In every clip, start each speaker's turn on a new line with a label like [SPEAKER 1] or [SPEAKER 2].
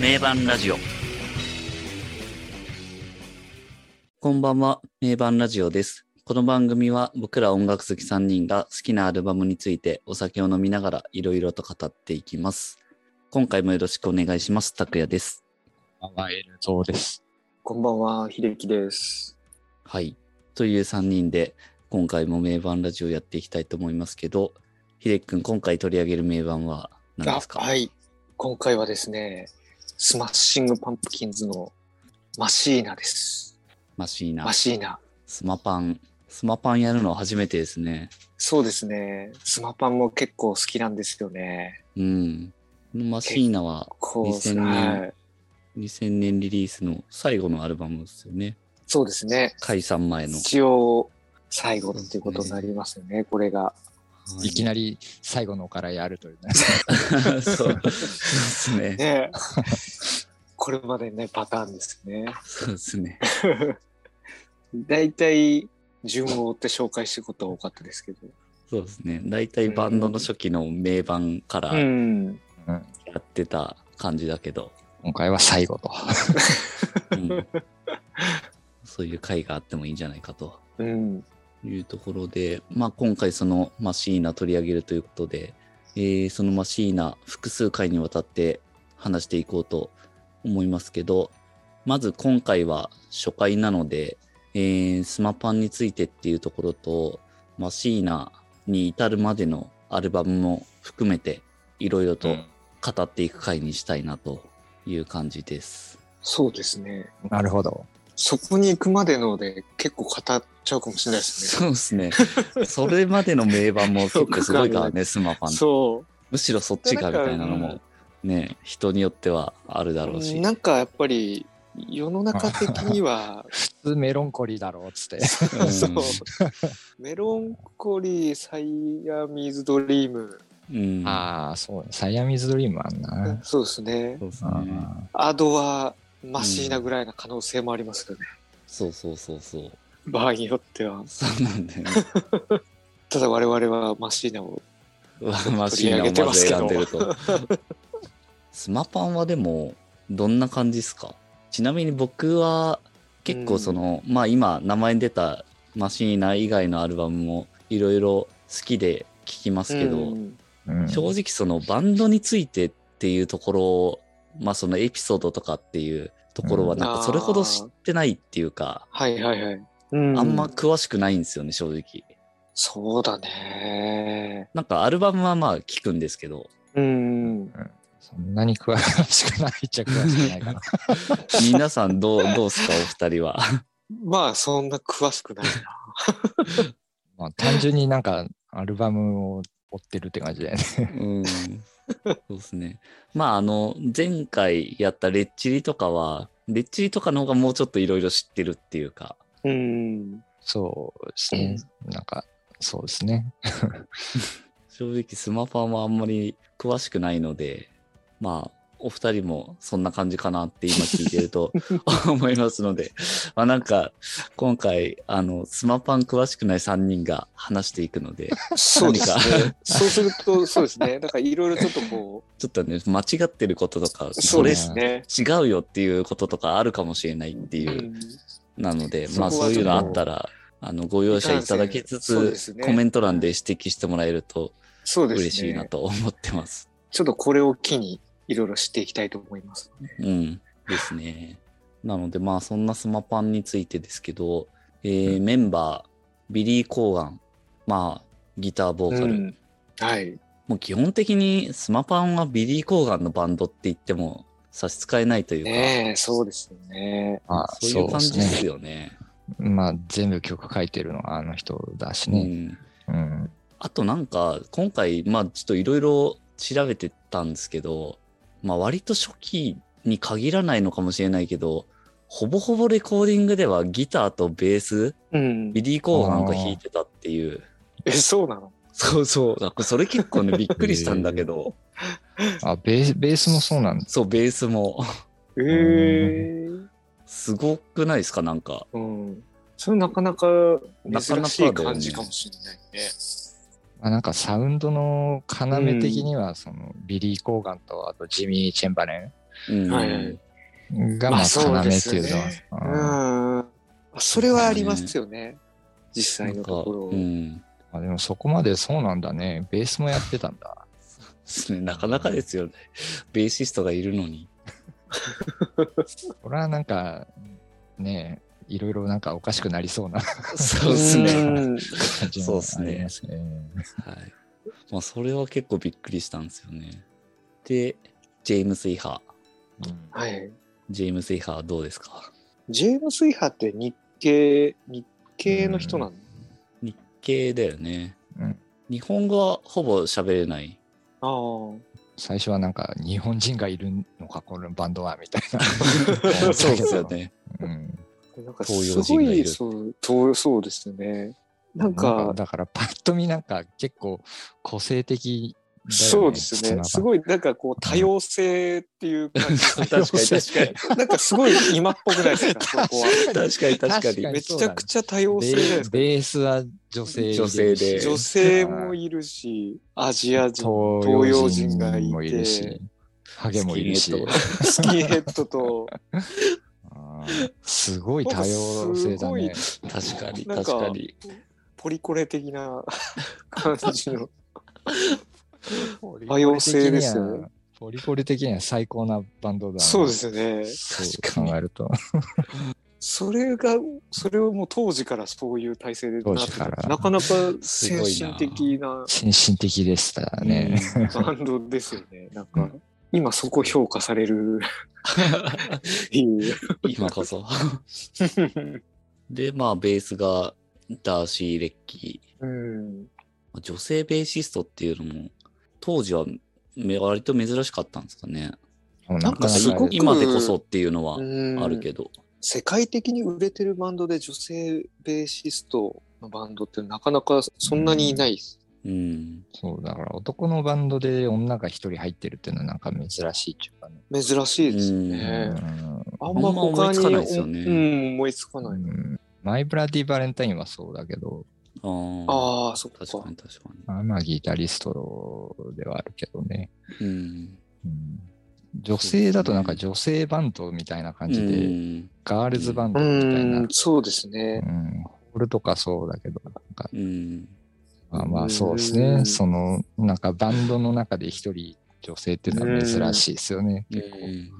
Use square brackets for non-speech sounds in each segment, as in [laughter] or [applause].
[SPEAKER 1] 名盤ラジオ。こんばんは、名盤ラジオです。この番組は僕ら音楽好き3人が好きなアルバムについてお酒を飲みながらいろいろと語っていきます。今回もよろしくお願いします。拓也です。
[SPEAKER 2] ママエルゾウです。
[SPEAKER 3] こんばんは、秀樹です。
[SPEAKER 1] はい。という3人で今回も名盤ラジオやっていきたいと思いますけど、秀樹くん、今回取り上げる名盤は何ですか
[SPEAKER 3] あはい。今回はですね、スマッシングパンプキンズのマシーナです。
[SPEAKER 1] マシーナ
[SPEAKER 3] マ。シーナ。
[SPEAKER 1] スマパン。スマパンやるのは初めてですね。
[SPEAKER 3] そうですね。スマパンも結構好きなんですよね。
[SPEAKER 1] うん。マシーナは
[SPEAKER 3] こ
[SPEAKER 1] 2000
[SPEAKER 3] う、
[SPEAKER 1] 年
[SPEAKER 3] はい。
[SPEAKER 1] 2000年リリースの最後のアルバムですよね。
[SPEAKER 3] そうですね。
[SPEAKER 1] 解散前の。
[SPEAKER 3] 一応、最後っていうことになりますよね、これが。
[SPEAKER 2] いきなり最後のからやるというね。
[SPEAKER 1] り。 [laughs] そう。そうですね。 [laughs]
[SPEAKER 3] ねこれまでね、パターンですね。
[SPEAKER 1] そうですね。
[SPEAKER 3] 大体、順を追って紹介していくことが多かったですけど。
[SPEAKER 1] そうですね。大体バンドの初期の名盤からや
[SPEAKER 3] ん。
[SPEAKER 2] うん
[SPEAKER 1] ってた感じだけど、
[SPEAKER 2] 今回は最後と。
[SPEAKER 1] うんそういう回があってもいいんじゃないかと
[SPEAKER 3] うん。
[SPEAKER 1] いうところで、まあ今回そのマシーナ取り上げるということで、えーそのマシーナ複数回にわたって話していこうと思いますけど、まず今回は初回なので、えースマパンについてっていうところと、マシーナに至るまでのアルバムも含めて、いろいろと語っていく回にしたいなという感じです。
[SPEAKER 3] そうですね。
[SPEAKER 2] なるほど。
[SPEAKER 3] そこに行くまでので結構語っちゃうかもしれないですね。
[SPEAKER 1] そうですね。それまでの名盤も結構すごいからね、スマパンって
[SPEAKER 3] そ
[SPEAKER 1] むしろそっちかみたいなの
[SPEAKER 3] う
[SPEAKER 1] も
[SPEAKER 3] ん
[SPEAKER 1] ね人によってはあるだろう
[SPEAKER 3] う。
[SPEAKER 1] し
[SPEAKER 3] なんかやっぱり世の中的には
[SPEAKER 2] 普通メロンコリーだろうっつって。
[SPEAKER 1] うん
[SPEAKER 3] [laughs] そうメロンコリー、サイアミズドリーム、
[SPEAKER 1] うん
[SPEAKER 2] ああ、そう。サイアミズドリームあんな。
[SPEAKER 3] そうですね。
[SPEAKER 1] そうです
[SPEAKER 2] あー
[SPEAKER 1] ね
[SPEAKER 3] アドはマシーナぐらいな可能性もありますよね。
[SPEAKER 1] そうそうそうそう
[SPEAKER 3] 場合によっては。
[SPEAKER 1] そうなんだよ
[SPEAKER 3] [laughs]
[SPEAKER 1] ね
[SPEAKER 3] ただ我々はマシーナを。
[SPEAKER 1] マシーナをまず選んでるとスマパンはでもどんな感じですかちなみに僕は結構その、まあ今名前に出たマシーナ以外のアルバムもいろいろ好きで聴きますけど、
[SPEAKER 3] うん
[SPEAKER 2] うん
[SPEAKER 1] 正直そのバンドについてっていうところをまあそのエピソードとかっていうところは
[SPEAKER 2] うん
[SPEAKER 1] なんかそれほど知ってないっていうか、
[SPEAKER 3] はいはいはい。あ
[SPEAKER 1] あんま詳しくないんですよね正直
[SPEAKER 3] そうだね。
[SPEAKER 1] なんかアルバムはまあ聞くんですけ
[SPEAKER 2] [laughs]
[SPEAKER 1] ど
[SPEAKER 3] うん。
[SPEAKER 2] そんなに詳しくないっちゃ詳しくないかな。
[SPEAKER 1] 皆さんどうどうですかお二人は
[SPEAKER 3] まあそんな詳しくないな。
[SPEAKER 2] まあ単純になんかアルバムを追ってるって感じだよね。 [laughs]
[SPEAKER 1] うんそうですねまああの前回やったレッチリとかはレッチリとかの方がもうちょっといろいろ知ってるっていうか
[SPEAKER 3] うん。
[SPEAKER 2] そうですね。なんか、そうですね。
[SPEAKER 1] 正直スマパンはあんまり詳しくないのでまあお二人もそんな感じかなって今聞いてると [laughs] 思いますので、まあ、なんか今回あのスマパン詳しくない3人が話していくので
[SPEAKER 3] そうです
[SPEAKER 1] 何
[SPEAKER 3] ね。そうすると、そうですね。だからいろいろちょっとこ
[SPEAKER 1] ちょっとね間違ってることとか
[SPEAKER 3] う、
[SPEAKER 1] それ
[SPEAKER 2] そう
[SPEAKER 3] ね。
[SPEAKER 1] 違うよっていうこととかあるかもしれないっていうう、
[SPEAKER 3] ん
[SPEAKER 1] なので
[SPEAKER 3] そこ
[SPEAKER 1] まあ
[SPEAKER 3] は
[SPEAKER 1] そういうのあったらあのご容赦いただきつ
[SPEAKER 3] いかんせんそう
[SPEAKER 1] つ
[SPEAKER 3] ですね
[SPEAKER 1] コメント欄で指摘してもらえると
[SPEAKER 3] そうですね。
[SPEAKER 1] 嬉しいなと思ってます。
[SPEAKER 3] ちょっとこれを機にいろいろ知っていきたいと思います。
[SPEAKER 1] うん、ですね。なのでまあそんなスマパンについてですけど、えーメンバービリー・コーガンまあギターボーカル、
[SPEAKER 3] うんはい。
[SPEAKER 1] もう基本的にスマパンはビリー・コーガンのバンドって言っても差し支えないというか、
[SPEAKER 3] ねえ、そうですよね。
[SPEAKER 2] まあ
[SPEAKER 1] そういう感じ
[SPEAKER 2] そう
[SPEAKER 1] で
[SPEAKER 2] ですね。
[SPEAKER 1] すよね。
[SPEAKER 2] まあ全部曲書いてるのはあの人だし
[SPEAKER 1] う
[SPEAKER 2] ね。
[SPEAKER 1] ん、
[SPEAKER 2] うん。
[SPEAKER 1] あとなんか今回まあちょっといろいろ調べてたんですけど、まあ割と初期に限らないのかもしれないけどほぼほぼレコーディングではギターとベース
[SPEAKER 3] うん
[SPEAKER 1] ビ。リー・コーガンが弾いてたっていう。
[SPEAKER 3] え、そうなの
[SPEAKER 1] そうそう。なんかそれ結構ね、びっくりしたんだけ [laughs] ど。
[SPEAKER 2] あベース、ベースもそうなんだ。
[SPEAKER 1] そう、ベースも。
[SPEAKER 3] ええ。
[SPEAKER 1] すごくないですかなんか。
[SPEAKER 3] うん。それなかなか珍しい感じかもしれないね。
[SPEAKER 2] まあ、なんかサウンドの要的には、そのビリー・コーガンとあとジミー・チェンバレン
[SPEAKER 1] うん
[SPEAKER 3] はいはい
[SPEAKER 2] が、まあ、要
[SPEAKER 3] そう
[SPEAKER 2] って
[SPEAKER 3] です
[SPEAKER 2] い
[SPEAKER 3] よ
[SPEAKER 2] うのは
[SPEAKER 3] ね。うん。それはありますよね。実
[SPEAKER 1] な
[SPEAKER 3] 際
[SPEAKER 1] ん
[SPEAKER 3] の
[SPEAKER 1] か、
[SPEAKER 3] ところ。
[SPEAKER 1] うん。で
[SPEAKER 2] うんあでもそこまでそうなんだね。ベースもやってたんだ。
[SPEAKER 1] すね、なかなかですよね。ベーシストがいるの [laughs] に。
[SPEAKER 2] これはなんか、ねいろいろなんかおかしくなりそうな
[SPEAKER 1] そうですね。
[SPEAKER 3] ん
[SPEAKER 2] 感じ
[SPEAKER 1] そう
[SPEAKER 2] も
[SPEAKER 1] っす
[SPEAKER 2] あ
[SPEAKER 1] ね
[SPEAKER 2] りますね。
[SPEAKER 1] はい。まあ、それは結構びっくりしたんですよね。で、ジェームス・イハー。
[SPEAKER 2] うん
[SPEAKER 3] はい。
[SPEAKER 1] ジェームス・イハーどうですか
[SPEAKER 3] ジェームス・イハーって日系、日系の人なの、
[SPEAKER 1] 日系だよね。
[SPEAKER 2] うん
[SPEAKER 1] 日本語はほぼ喋れない。
[SPEAKER 2] 最初はなんか日本人がいるのかこのバンドはみたい
[SPEAKER 1] [laughs] そ
[SPEAKER 2] な
[SPEAKER 1] うですよね。
[SPEAKER 2] うん、うん
[SPEAKER 3] ああ。なんかす
[SPEAKER 1] 東洋
[SPEAKER 3] ご
[SPEAKER 1] 人がい
[SPEAKER 3] い、
[SPEAKER 1] る
[SPEAKER 3] そう、東そうですね。なんか、
[SPEAKER 2] だからパッと見なんか結構個性的だよね
[SPEAKER 3] そうですね。す
[SPEAKER 2] い
[SPEAKER 3] ごい、なんかこう、多様性っていう感じ。
[SPEAKER 1] [laughs] 確かに確かに。
[SPEAKER 3] [laughs] なんかすごい今っぽくないですか、そこは。
[SPEAKER 1] [laughs] 確かに確か
[SPEAKER 2] 確
[SPEAKER 1] に
[SPEAKER 2] か。に
[SPEAKER 3] めちゃくちゃ多様
[SPEAKER 2] ベ
[SPEAKER 3] 性じゃないです
[SPEAKER 2] ーベースは女性
[SPEAKER 1] 女性
[SPEAKER 2] い
[SPEAKER 1] で
[SPEAKER 2] る
[SPEAKER 3] か。
[SPEAKER 2] し
[SPEAKER 3] 女性もいるし、アジア人、
[SPEAKER 2] 東洋
[SPEAKER 3] 東洋人
[SPEAKER 2] 人
[SPEAKER 3] がいて
[SPEAKER 2] もいるしハゲもいる
[SPEAKER 1] ス
[SPEAKER 2] し
[SPEAKER 1] キンヘッ
[SPEAKER 3] スキンヘッドと、
[SPEAKER 2] あーすごい多様性だ
[SPEAKER 3] なん
[SPEAKER 2] ね
[SPEAKER 3] か。
[SPEAKER 1] 確かに
[SPEAKER 3] なんか
[SPEAKER 1] 確かに。
[SPEAKER 3] ポリコレ的な感じ
[SPEAKER 1] [laughs]
[SPEAKER 3] の。多様性ですよね
[SPEAKER 2] ポリコレ的には最高なバンドだな
[SPEAKER 3] そうですよね。
[SPEAKER 2] そう
[SPEAKER 1] 確かに
[SPEAKER 2] 考えると。
[SPEAKER 3] それが、それをもう当時からそういう体制で
[SPEAKER 2] 当時から
[SPEAKER 3] なかなか精神的な
[SPEAKER 2] 先進的でしたね。
[SPEAKER 1] うん
[SPEAKER 3] バンドですよね。なん
[SPEAKER 2] う
[SPEAKER 3] か、今そこ評価され [laughs] るっていう。
[SPEAKER 1] [laughs] 今こそ。 [laughs] で、まあ、ベースがダーシー・レッキー。
[SPEAKER 3] うん。
[SPEAKER 1] まあ女性ベーシストっていうのも、当時はめ割と珍しかったんですかね。
[SPEAKER 2] もう
[SPEAKER 3] なんかすごく
[SPEAKER 1] 今でこそっていうのは
[SPEAKER 3] うん
[SPEAKER 1] あるけど。
[SPEAKER 3] 世界的に売れてるバンドで女性ベーシストのバンドってなかなかそんなにいないです。
[SPEAKER 1] うん。
[SPEAKER 2] そう、だから男のバンドで女が一人入ってるっていうのはなんか珍しいっていうかね。
[SPEAKER 3] 珍しいですよね。あんま
[SPEAKER 1] あんま思
[SPEAKER 3] 他
[SPEAKER 1] い
[SPEAKER 3] に
[SPEAKER 1] つかないですよね
[SPEAKER 3] うん、思いつか
[SPEAKER 2] う
[SPEAKER 3] ない。
[SPEAKER 2] んマイブラディ・バレンタインはそうだけど、
[SPEAKER 1] あー
[SPEAKER 3] ああ、そっか。
[SPEAKER 1] 確かに確か
[SPEAKER 2] まあまあギタリストではあるけどね。
[SPEAKER 1] に。うん。
[SPEAKER 2] うん女性だとなんか女性バンドみたいな感じで、
[SPEAKER 1] うん
[SPEAKER 2] ガールズバンド
[SPEAKER 3] う
[SPEAKER 2] みたいな。
[SPEAKER 3] ん、そうですね。
[SPEAKER 2] うんホールとかそうだけど、なんか
[SPEAKER 1] うん。
[SPEAKER 2] まあまあそうです
[SPEAKER 3] う
[SPEAKER 2] ね。
[SPEAKER 3] ん
[SPEAKER 2] その、なんかバンドの中で一人女性っていうのは珍しいですよね。結構。
[SPEAKER 1] うん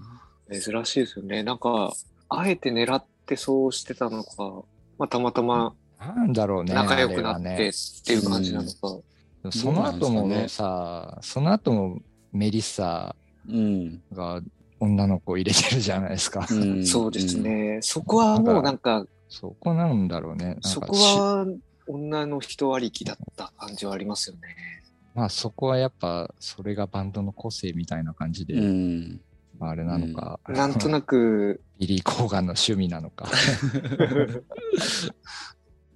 [SPEAKER 3] 珍しいですよね。なんか、あえて狙ってそうしてたのか、まあ、たまたま
[SPEAKER 2] なんだろうね。
[SPEAKER 3] 仲良くな
[SPEAKER 2] あれは
[SPEAKER 3] っ
[SPEAKER 2] ね
[SPEAKER 3] てっていう感じなのか。
[SPEAKER 2] その後
[SPEAKER 1] どうな
[SPEAKER 2] も
[SPEAKER 1] んです
[SPEAKER 2] さ、その後もメリッサ
[SPEAKER 1] うん。
[SPEAKER 2] が女の子入れてるじゃないですか。
[SPEAKER 1] うん
[SPEAKER 3] そうです。ね。そこはもうなんか、
[SPEAKER 2] そこなんだろうね。なんか
[SPEAKER 3] そこ
[SPEAKER 2] し
[SPEAKER 3] は女の人ありきだった感じはありますよね。
[SPEAKER 2] まあそこはやっぱそれがバンドの個性みたいな感じで、
[SPEAKER 1] うん。
[SPEAKER 2] まあ、あれなのか、
[SPEAKER 3] なんとなく、
[SPEAKER 2] ビリー・コーガンの趣味なのか。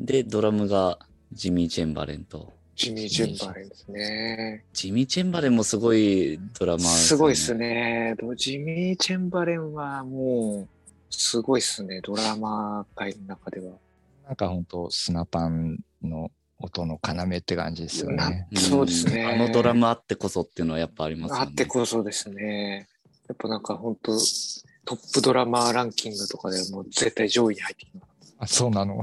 [SPEAKER 1] で、ドラムがジミー・チェンバレンと。
[SPEAKER 3] ジミー・ジュンバレンですね。
[SPEAKER 1] ジミー・チェンバレンもすごいドラマー
[SPEAKER 3] すごいです
[SPEAKER 1] ね。
[SPEAKER 3] ね。どジミー・チェンバレンはもう、すごいですね。ドラマ界の中では。
[SPEAKER 2] なんか本当スナパンの音の要って感じですよね。
[SPEAKER 1] ん
[SPEAKER 3] そうですね
[SPEAKER 1] あのドラムあってこそっていうのはやっぱありますよ
[SPEAKER 3] あ
[SPEAKER 1] ね。
[SPEAKER 3] ってこそですね。やっぱなんか本当トップドラマーランキングとかでもう絶対上位に入ってきま
[SPEAKER 2] あそうなの。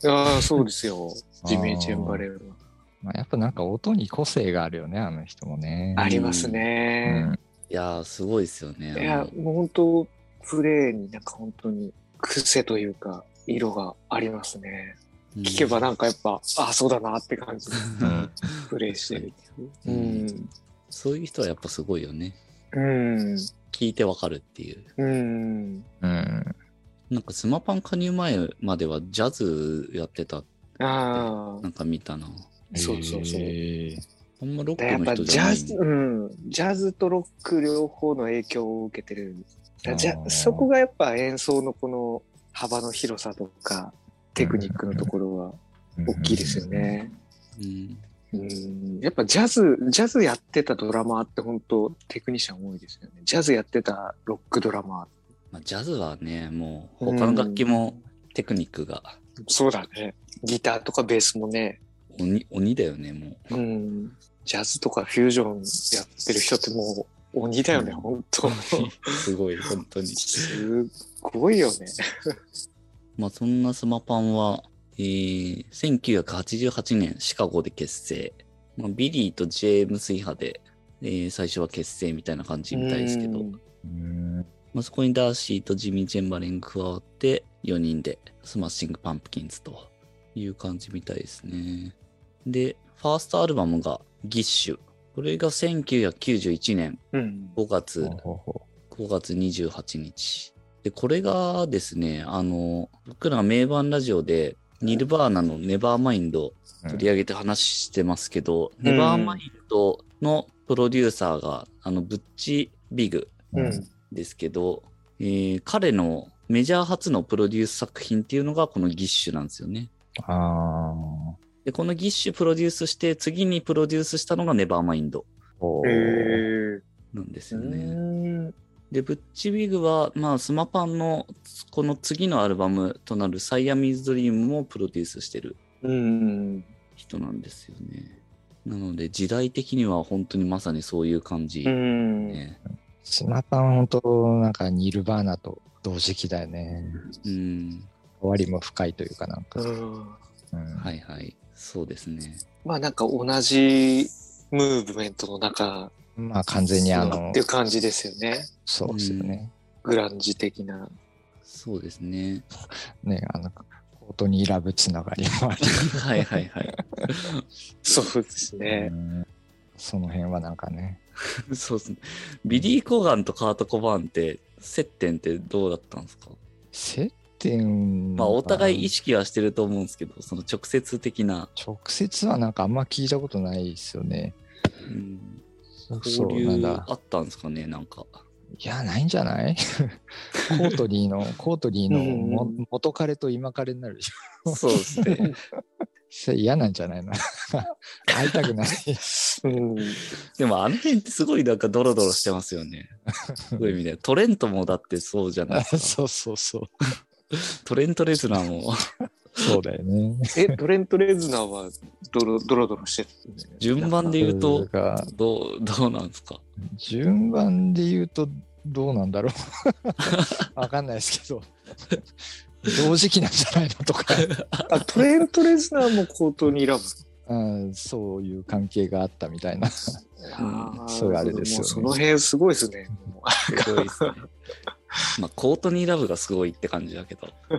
[SPEAKER 3] す。ああ、そうです
[SPEAKER 1] [laughs]
[SPEAKER 3] よ。ジミー・チェンバレンは。
[SPEAKER 2] まあ、やっぱなんか音に個性があるよね、あの人もね。
[SPEAKER 3] あります
[SPEAKER 2] う
[SPEAKER 3] ね。
[SPEAKER 2] ん、
[SPEAKER 1] いやー、すごいですよね。
[SPEAKER 3] いや、もう本当、プレーになんか本当に癖というか、色がありますね。
[SPEAKER 1] うん
[SPEAKER 3] 聞けばなんかやっぱ、ああ、そうだなっ
[SPEAKER 1] [laughs]
[SPEAKER 3] て感じで
[SPEAKER 2] うん
[SPEAKER 3] プレーしてる。う
[SPEAKER 1] うん
[SPEAKER 3] ん。
[SPEAKER 1] そういう人はやっぱすごいよね。
[SPEAKER 3] うん。
[SPEAKER 1] 聞いてわかるっていう。
[SPEAKER 3] うん。
[SPEAKER 2] うん
[SPEAKER 1] なんかスマパン加入前まではジャズやってた、
[SPEAKER 3] あ
[SPEAKER 1] なんか見たな。
[SPEAKER 3] そうそうそう
[SPEAKER 2] へえ
[SPEAKER 1] あんまロッ
[SPEAKER 3] あ。や
[SPEAKER 1] クの
[SPEAKER 3] っぱ
[SPEAKER 1] 人
[SPEAKER 3] ジ
[SPEAKER 1] じゃな
[SPEAKER 3] ャ
[SPEAKER 1] い。
[SPEAKER 3] ズ、うん。ジャズとロック両方の影響を受けてる。じゃ
[SPEAKER 2] あー
[SPEAKER 3] そこがやっぱ演奏のこの幅の広さとか、テクニックのところは大きいですよ。ね。
[SPEAKER 1] うん
[SPEAKER 3] うんやっぱジャズ、ジャズやってたドラマーって本当テクニシャン多いですよね。ジャズやってたロックドラマ
[SPEAKER 1] まあ、ジャズはね、もう他の楽器もテクニックが
[SPEAKER 3] ー。そうだね。ギターとかベースもね、
[SPEAKER 1] 鬼鬼だよね、もう。
[SPEAKER 3] うん、ジャズとかフュージョンやってる人ってもう鬼だよね、
[SPEAKER 1] うん
[SPEAKER 3] 本
[SPEAKER 1] [laughs]
[SPEAKER 3] 当 [laughs]
[SPEAKER 1] すごい、本当に。
[SPEAKER 3] すごいよね。
[SPEAKER 1] まあ、そんなスマパンは、えー1988年シカゴで結成。まあ、ビリーとジェームスイハで、えー最初は結成みたいな感じみたいですけど、
[SPEAKER 3] うん
[SPEAKER 2] うん
[SPEAKER 1] まあ、そこにダーシーとジミー・チェンバレン加わって4人でスマッシング・パンプキンズという感じみたいですね。で、ファーストアルバムがギッシュ。これが1991年
[SPEAKER 3] うん。
[SPEAKER 1] 5月、
[SPEAKER 2] ほうほうほ
[SPEAKER 1] 5月28日。で、これがですね、あの、僕ら名盤ラジオで、ニルバーナのネバーマインド
[SPEAKER 2] う
[SPEAKER 1] 取り上げて話してますけど、
[SPEAKER 3] ん
[SPEAKER 1] ネバーマインドのプロデューサーが、あの、ブッチビグ
[SPEAKER 3] う
[SPEAKER 2] うん
[SPEAKER 3] ん。
[SPEAKER 1] ですけど、えー彼のメジャー初のプロデュース作品っていうのがこのギッシュなんですよね。
[SPEAKER 2] あ
[SPEAKER 1] で、このギッシュプロデュースして、次にプロデュースしたのがネバーマインド
[SPEAKER 2] ーほ
[SPEAKER 3] へ
[SPEAKER 2] う
[SPEAKER 3] え
[SPEAKER 1] なんです
[SPEAKER 3] う
[SPEAKER 1] よね。
[SPEAKER 3] ん。
[SPEAKER 1] で、ブッチビグは、まあ、スマパンのこの次のアルバムとなるサイアミーズドリームもプロデュースしてる
[SPEAKER 3] うん。
[SPEAKER 1] 人なんですよね。なので、時代的には本当にまさにそういう感じ、
[SPEAKER 3] うん。
[SPEAKER 1] ね。
[SPEAKER 2] スマパン本当なんかニルバーナと同時期だよね。
[SPEAKER 1] うん。
[SPEAKER 2] 終わりも深いというかなんか。
[SPEAKER 3] うん
[SPEAKER 2] うん
[SPEAKER 1] はいはい。そうですね。
[SPEAKER 3] まあなんか同じムーブメントの中
[SPEAKER 2] まあ完全にあの
[SPEAKER 3] ってい、う感じですよね。
[SPEAKER 2] そうですよね。
[SPEAKER 3] グランジ的な。
[SPEAKER 1] そうです
[SPEAKER 2] [laughs]
[SPEAKER 1] ね。
[SPEAKER 2] ね、あの、コートニーラブつながりもあり。
[SPEAKER 1] はいはいはい。
[SPEAKER 3] そうですね。
[SPEAKER 2] うんその辺はなんかね。
[SPEAKER 1] そうですね。ビリー・コーガンとカート・コバーンって、接点ってどうだったんですか
[SPEAKER 2] 接点
[SPEAKER 1] まあ、お互い意
[SPEAKER 2] 識
[SPEAKER 1] 識はしてると思うんですけど、その直接的な、
[SPEAKER 2] 直接はなんかあんま聞いたことないですよね。
[SPEAKER 1] うん、
[SPEAKER 2] そう
[SPEAKER 1] 交
[SPEAKER 2] そう
[SPEAKER 1] 流
[SPEAKER 2] なんだ
[SPEAKER 1] あ。ったんですかね、なんか。
[SPEAKER 2] いや、ないんじゃない [laughs] コートリーの、コートリーのも
[SPEAKER 3] うん
[SPEAKER 2] 元彼と今彼になるでしょ
[SPEAKER 1] そうです
[SPEAKER 2] [laughs]
[SPEAKER 1] ね。
[SPEAKER 2] それ嫌なんじゃないの [laughs] 会いたくない。
[SPEAKER 3] うん。
[SPEAKER 1] でもあの辺ってすごいなんかドロドロしてますよね。すごいみたいな。トレントもだってそうじゃないですか。
[SPEAKER 2] [laughs] そうそうそう。
[SPEAKER 1] トレント・レズナーも
[SPEAKER 2] そうだよね。
[SPEAKER 3] え、トレント・レズナーはドロドロドロしてたんですね
[SPEAKER 1] 順番で言う
[SPEAKER 2] な
[SPEAKER 1] と
[SPEAKER 2] ん、か
[SPEAKER 1] どう、どうなんですか
[SPEAKER 2] 順番で言うとどうなんだろ
[SPEAKER 1] [laughs]
[SPEAKER 2] う。わかんないですけど。同時期なんじゃないのとか、
[SPEAKER 3] あ、トレント・レズナーもコートにラブ。
[SPEAKER 2] うん、そういう関係があったみたいな。
[SPEAKER 3] あー
[SPEAKER 2] それあれですよね
[SPEAKER 3] もうその辺すごいですね。もう
[SPEAKER 1] すごいです
[SPEAKER 2] [laughs]
[SPEAKER 1] ね。まあ、コートニー・ラブがすごいって感じだけど。
[SPEAKER 3] あ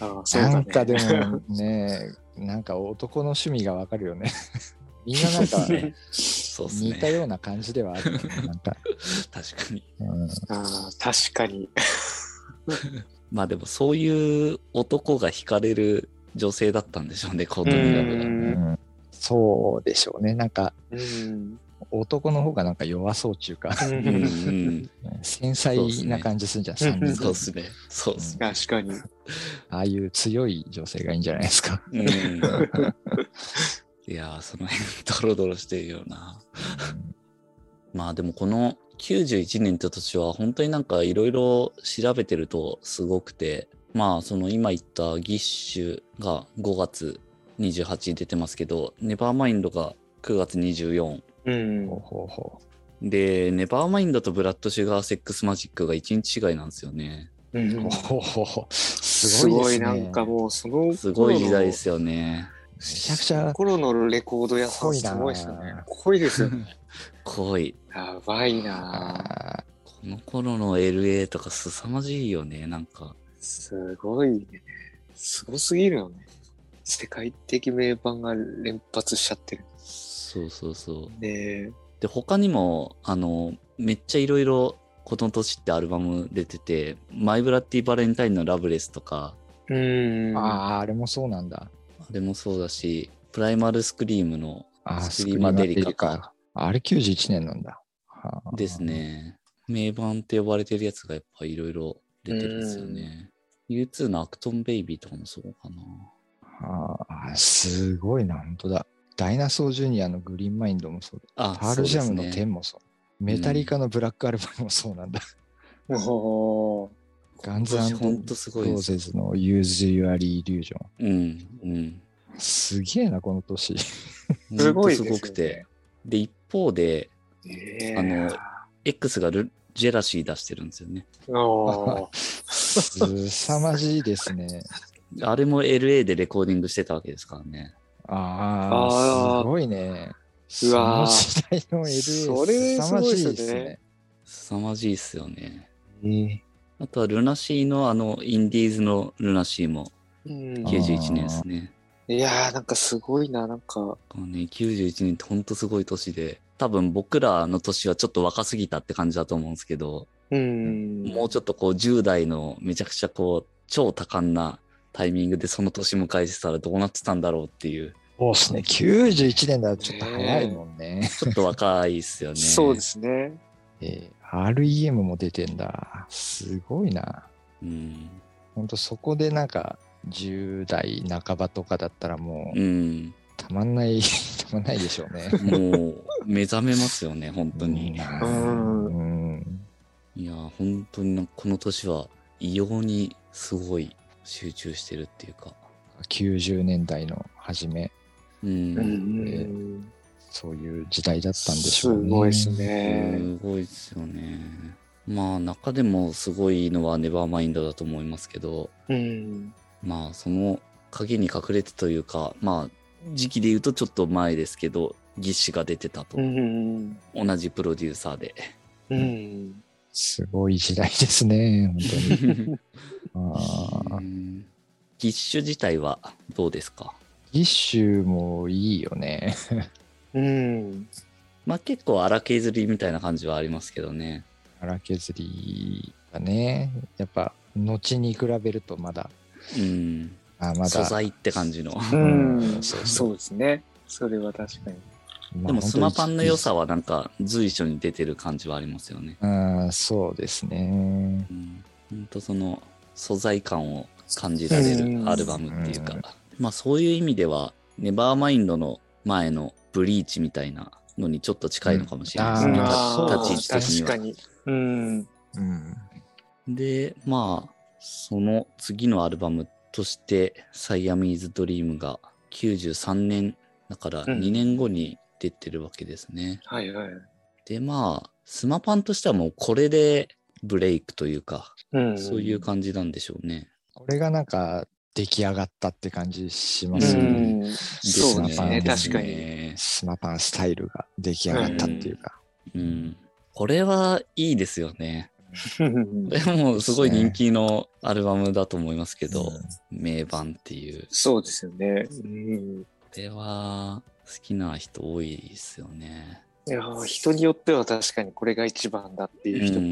[SPEAKER 3] ーそうだね
[SPEAKER 2] なんかでも
[SPEAKER 1] [laughs]
[SPEAKER 2] ね、なんか男の趣味がわかるよね。みんななんか
[SPEAKER 1] ねそうです
[SPEAKER 2] 似た
[SPEAKER 1] ね。
[SPEAKER 2] ような感じではあるよね。なんか、
[SPEAKER 1] 確かに。
[SPEAKER 2] うん
[SPEAKER 3] あー確かに。
[SPEAKER 1] まあでもそういう男が惹かれる女性だったんでしょうね、コートニー・ラブが。
[SPEAKER 2] うんそうでしょうね。なんか
[SPEAKER 3] うん。
[SPEAKER 2] 男の方がなんか弱そうっていうか、
[SPEAKER 1] うんうん
[SPEAKER 2] 繊
[SPEAKER 1] そうっす
[SPEAKER 2] 細
[SPEAKER 1] ね
[SPEAKER 2] な感じするんじゃん。
[SPEAKER 3] うん
[SPEAKER 2] 三
[SPEAKER 1] そう
[SPEAKER 2] 人
[SPEAKER 1] ですね。そうですね。
[SPEAKER 3] 確かに。
[SPEAKER 2] ああいう強い女性がいいんじゃないですか。
[SPEAKER 1] うん、 [laughs] いやー、その辺、ドロドロしてるよな。まあでもこの91年って年は本当になんかいろいろ調べてるとすごくて、まあその今言ったギッシュが5月28に出てますけど、ネバーマインドが9月24。
[SPEAKER 3] うん
[SPEAKER 2] ほうほうほ
[SPEAKER 1] で、ネバーマインドとブラッドシュガーセックスマジックが1日違いなんですよね。
[SPEAKER 2] う。ほうほうほう。す
[SPEAKER 3] す
[SPEAKER 2] ご
[SPEAKER 3] ご
[SPEAKER 2] い
[SPEAKER 3] い
[SPEAKER 2] ですね。
[SPEAKER 3] なんかもうその頃の
[SPEAKER 1] すごい時代で。すよね。
[SPEAKER 2] めちゃくちゃ
[SPEAKER 3] 頃のレコード屋さんすごいですよね。濃いですよね。
[SPEAKER 1] 濃い。
[SPEAKER 3] やばいなぁ
[SPEAKER 2] あ
[SPEAKER 1] この頃の LA とか凄まじいよね、なんか。
[SPEAKER 3] すごいね。すごすぎるよね。世界的名盤が連発しちゃってる。
[SPEAKER 1] そうそうそう。
[SPEAKER 3] ね
[SPEAKER 1] で他にもあのめっちゃいろいろこの年ってアルバム出てて「マイ・ブラッディ・バレンタイン」の「ラブレス」とか
[SPEAKER 3] え。うん
[SPEAKER 2] ーあー、あれもそうなんだ。
[SPEAKER 1] あれもそうだしプライマル・スクリームの
[SPEAKER 2] あー
[SPEAKER 1] スクリーマデリカ
[SPEAKER 2] スクリーマか。あれ91年なんだ。はあ
[SPEAKER 1] です。ね名盤って呼ばれてるやつがやっぱいろいろ出てるんですよね U2 の「アクトン・ベイビー」とかもそうかな
[SPEAKER 2] はああー、すごいな、本当だ。ダイナソージュニアのグリーンマインドもそうだ。
[SPEAKER 1] あ
[SPEAKER 2] パールジャム
[SPEAKER 1] そう
[SPEAKER 2] の
[SPEAKER 1] ですね
[SPEAKER 2] 天もそう。メタリカのブラックアルバムもそうなんだ。
[SPEAKER 3] おー
[SPEAKER 2] ガンズ
[SPEAKER 1] 今年ほんとすごい
[SPEAKER 2] ロ
[SPEAKER 1] で
[SPEAKER 2] ー
[SPEAKER 1] す
[SPEAKER 2] ゼズの Use Your Illusion。
[SPEAKER 1] うんうん
[SPEAKER 2] すげえな、こ
[SPEAKER 1] [laughs]
[SPEAKER 2] の年。
[SPEAKER 3] すごいです
[SPEAKER 1] ほんと
[SPEAKER 3] よね
[SPEAKER 1] すごくてで一方で
[SPEAKER 3] ねえ
[SPEAKER 1] あの X がルジェラシー出してるんですよね。
[SPEAKER 3] ああ。
[SPEAKER 2] すさまじいですね。
[SPEAKER 1] あれも LA でレコーディングしてたわけですからね。
[SPEAKER 2] あ
[SPEAKER 3] あ
[SPEAKER 2] あ、
[SPEAKER 3] ー
[SPEAKER 2] すごいね。
[SPEAKER 3] うわー
[SPEAKER 2] その時代の LA、
[SPEAKER 3] それ
[SPEAKER 2] 凄まじいです
[SPEAKER 3] ごいです
[SPEAKER 2] ね
[SPEAKER 3] ね。
[SPEAKER 1] 凄まじいっすよね。
[SPEAKER 3] うん。
[SPEAKER 1] あとはルナシーのあのインディーズのルナシーも
[SPEAKER 2] あー
[SPEAKER 1] 91年ですね。
[SPEAKER 3] いやー、なんかすごいな、なんか。
[SPEAKER 1] このね、91年ってほんとすごい年で、多分僕らの年はちょっと若すぎたって感じだと思うんですけど、
[SPEAKER 3] うん。
[SPEAKER 1] もうちょっとこう10代のめちゃくちゃこう超多感なタイミングでその年迎えてたらどうなってたんだろうっていう、
[SPEAKER 2] そうですね。91年だとちょっと早いもんね。
[SPEAKER 1] ちょっと若いっすよね。
[SPEAKER 3] [laughs] そうで。すね。
[SPEAKER 2] えー REM も出てんだ。すごいな。
[SPEAKER 1] うん。
[SPEAKER 2] ほんとそこでなんか、10代半ばとかだったらもう
[SPEAKER 1] うん。
[SPEAKER 2] たまんない、 [laughs] たまんないでしょうね。
[SPEAKER 1] もう目覚めますよね、本当に。
[SPEAKER 3] ん
[SPEAKER 2] うん
[SPEAKER 1] いやー、本当になんかこの年は異様にすごい集中してるっていうか。
[SPEAKER 2] 90年代の初め、
[SPEAKER 1] うん。
[SPEAKER 3] うん。
[SPEAKER 2] そういう時代だったんでし
[SPEAKER 3] す
[SPEAKER 2] ょうね。
[SPEAKER 3] ごいですね。
[SPEAKER 1] すごいですよね。まあ中でもすごいのはネバーマインドだと思いますけど、
[SPEAKER 3] うん。
[SPEAKER 1] まあその影に隠れてというか、まあ時期で言うとちょっと前ですけど、義士が出てたと、
[SPEAKER 3] うん。
[SPEAKER 1] 同じプロデューサーで。
[SPEAKER 3] うん。
[SPEAKER 2] すごい時代ですね、本当に。あ
[SPEAKER 1] う
[SPEAKER 2] ー
[SPEAKER 1] ん義士自体はどうですか
[SPEAKER 2] ギッシュもいいよね。 [laughs]
[SPEAKER 3] うん。
[SPEAKER 1] まあ結構荒削りみたいな感じはありますけどね。
[SPEAKER 2] 荒削りがね、やっぱ、後に比べるとまだ、
[SPEAKER 1] うん。
[SPEAKER 2] あまだ、
[SPEAKER 1] 素材って感じの。
[SPEAKER 3] うん。
[SPEAKER 2] そうそう
[SPEAKER 3] そうですね。それは確かに。
[SPEAKER 2] まあ
[SPEAKER 1] でもスマパンの良。
[SPEAKER 2] 本
[SPEAKER 1] さはなんか随所に出てる感じはありますよね。
[SPEAKER 2] 当にうん、そうですね。
[SPEAKER 1] うん、ほんとその素材感を感じられるアルバムっていうか、
[SPEAKER 2] うん
[SPEAKER 1] まあそういう意味では、ネバーマインドの前のブリーチみたいなのにちょっと近いのかもしれないですね。
[SPEAKER 2] うん
[SPEAKER 1] た
[SPEAKER 2] あー
[SPEAKER 1] 立ち位置的に
[SPEAKER 3] 確か
[SPEAKER 1] は。
[SPEAKER 3] に。うん。
[SPEAKER 2] うん。
[SPEAKER 1] で、まあ、その次のアルバムとして、サイアミーズ・ドリームが93年、だから
[SPEAKER 3] うん
[SPEAKER 1] 2年後に出てるわけですね。
[SPEAKER 3] はいはい。
[SPEAKER 1] でまあスマパンとしてはもうこれでブレイクというか、
[SPEAKER 3] うん。
[SPEAKER 1] そういう感じなんでしょうね。
[SPEAKER 2] これがなんか、出来上がったって感じしま
[SPEAKER 3] う
[SPEAKER 2] すよね。
[SPEAKER 3] ん。そうですね。
[SPEAKER 1] です
[SPEAKER 3] 確かに。
[SPEAKER 1] ね
[SPEAKER 2] スマパンスタイルが出来上がったっていうか。
[SPEAKER 1] うん。これはいいですよね。
[SPEAKER 3] うん
[SPEAKER 1] でもすごい人気のアルバムだと思いますけど、名盤っていう。
[SPEAKER 3] そうですよね。うん。
[SPEAKER 1] これは好きな人多いですよね。
[SPEAKER 3] いやー人によっては確かにこれが一番だって
[SPEAKER 1] う
[SPEAKER 3] いう人も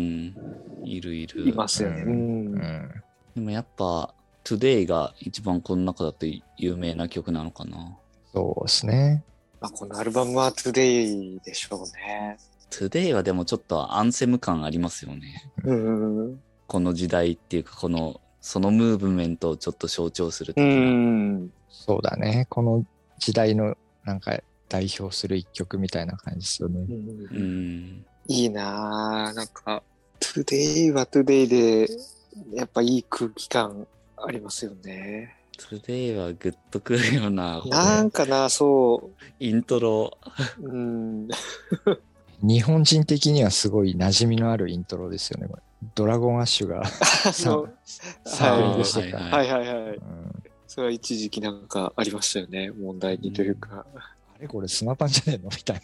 [SPEAKER 1] ん。いるいる。
[SPEAKER 3] いますよね。
[SPEAKER 2] う
[SPEAKER 3] うん
[SPEAKER 2] うん
[SPEAKER 1] でもやっぱ Today が一番この中だと有名な曲なのかな。
[SPEAKER 2] そうですね。
[SPEAKER 3] まあ、このアルバムは Today でしょうね。
[SPEAKER 1] Today はでもちょっとアンセム感ありますよね。
[SPEAKER 3] うん。
[SPEAKER 1] この時代っていうか、この、そのムーブメントをちょっと象徴する
[SPEAKER 3] う
[SPEAKER 1] 的な。
[SPEAKER 3] ん。
[SPEAKER 2] そうだね。この時代のなんか代表する一曲みたいな感じですよね。
[SPEAKER 1] うん。
[SPEAKER 3] いいなぁ。なんか、Today は Today で、やっぱいい空気感ありますよね。
[SPEAKER 1] Today はグッとくるような、こ
[SPEAKER 3] な
[SPEAKER 1] の
[SPEAKER 3] んかな、そ
[SPEAKER 1] イントロ。
[SPEAKER 3] う。うん。
[SPEAKER 2] 日本人的にはすごい馴染みのあるイントロですよね。これドラゴンアッシュが
[SPEAKER 3] あそう。
[SPEAKER 2] サンプリングして
[SPEAKER 1] はい
[SPEAKER 2] た。
[SPEAKER 3] はいはいはい。
[SPEAKER 2] うん
[SPEAKER 3] それは一時期なんかありましたよね。問題にというか。
[SPEAKER 2] あれこれスマパンじゃねえのみたい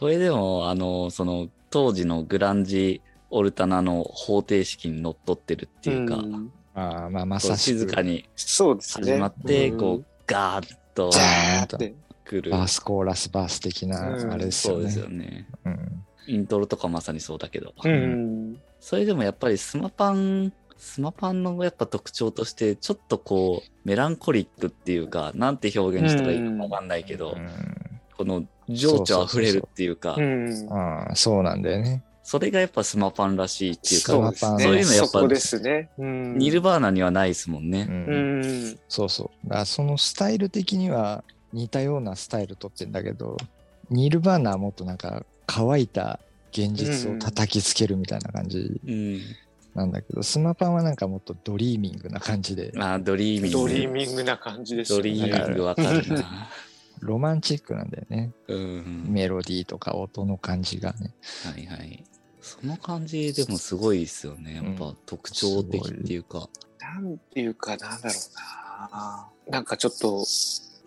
[SPEAKER 1] これでも、あの、その、当時のグランジオルタナの方程式にのっとってるっていうか、こ
[SPEAKER 3] ん
[SPEAKER 1] [laughs]
[SPEAKER 2] な。ああまあま
[SPEAKER 1] う
[SPEAKER 2] さし
[SPEAKER 1] 静か
[SPEAKER 2] く
[SPEAKER 1] に
[SPEAKER 3] そうですね。
[SPEAKER 1] 始まって、
[SPEAKER 3] うん
[SPEAKER 1] こう、ガーッと
[SPEAKER 2] ジ
[SPEAKER 3] ジ
[SPEAKER 2] ャ
[SPEAKER 3] ャ
[SPEAKER 2] ー
[SPEAKER 3] ー
[SPEAKER 2] ン
[SPEAKER 3] ン
[SPEAKER 2] と
[SPEAKER 3] って。
[SPEAKER 1] 来る。
[SPEAKER 2] バースコーラスバース的
[SPEAKER 3] うん
[SPEAKER 2] なあれです
[SPEAKER 1] そ
[SPEAKER 2] よ
[SPEAKER 1] う
[SPEAKER 2] ね。
[SPEAKER 1] ですよね。
[SPEAKER 2] うん
[SPEAKER 1] イントロとかまさにそうだけど。
[SPEAKER 3] うん。
[SPEAKER 1] それでもやっぱりスマパン、スマパンのやっぱ特徴として、ちょっとこう、メランコリックっていうか、なんて表現したらいいかわかんないけど、
[SPEAKER 2] うん
[SPEAKER 1] この情緒あふれるっていうか、
[SPEAKER 3] うん。
[SPEAKER 2] ああそうなんだよね。
[SPEAKER 1] それがやっぱスマパンらしいっていう
[SPEAKER 2] ス
[SPEAKER 1] か、
[SPEAKER 2] マパン
[SPEAKER 1] そういうのやっぱ
[SPEAKER 3] そこですね。うん
[SPEAKER 1] ニルバーナにはないですもん
[SPEAKER 2] う
[SPEAKER 1] ね。
[SPEAKER 2] ん
[SPEAKER 3] うん。
[SPEAKER 2] そうそう。だからそのスタイル的には似たようなスタイル取ってんだけど、ニルバーナはもっとなんか乾いた現実を叩きつけるみたいな感じ
[SPEAKER 1] うん。
[SPEAKER 2] なんだけど、スマパンはなんかもっとドリーミングな感じで、
[SPEAKER 1] まあ、ドリーミング。
[SPEAKER 3] ドリーミングな感じです
[SPEAKER 1] ド
[SPEAKER 3] よ
[SPEAKER 1] リ
[SPEAKER 3] ね。
[SPEAKER 1] ーミングわかるな。
[SPEAKER 2] ロマンチックなんだよね。
[SPEAKER 1] うん。
[SPEAKER 2] メロディーとか音の感じがね。
[SPEAKER 1] はいはい。その感じでもすごいですよね。やっ
[SPEAKER 2] う
[SPEAKER 1] ぱ特徴的っていうか。
[SPEAKER 3] なんていうか、なんだろうな。なんかちょっと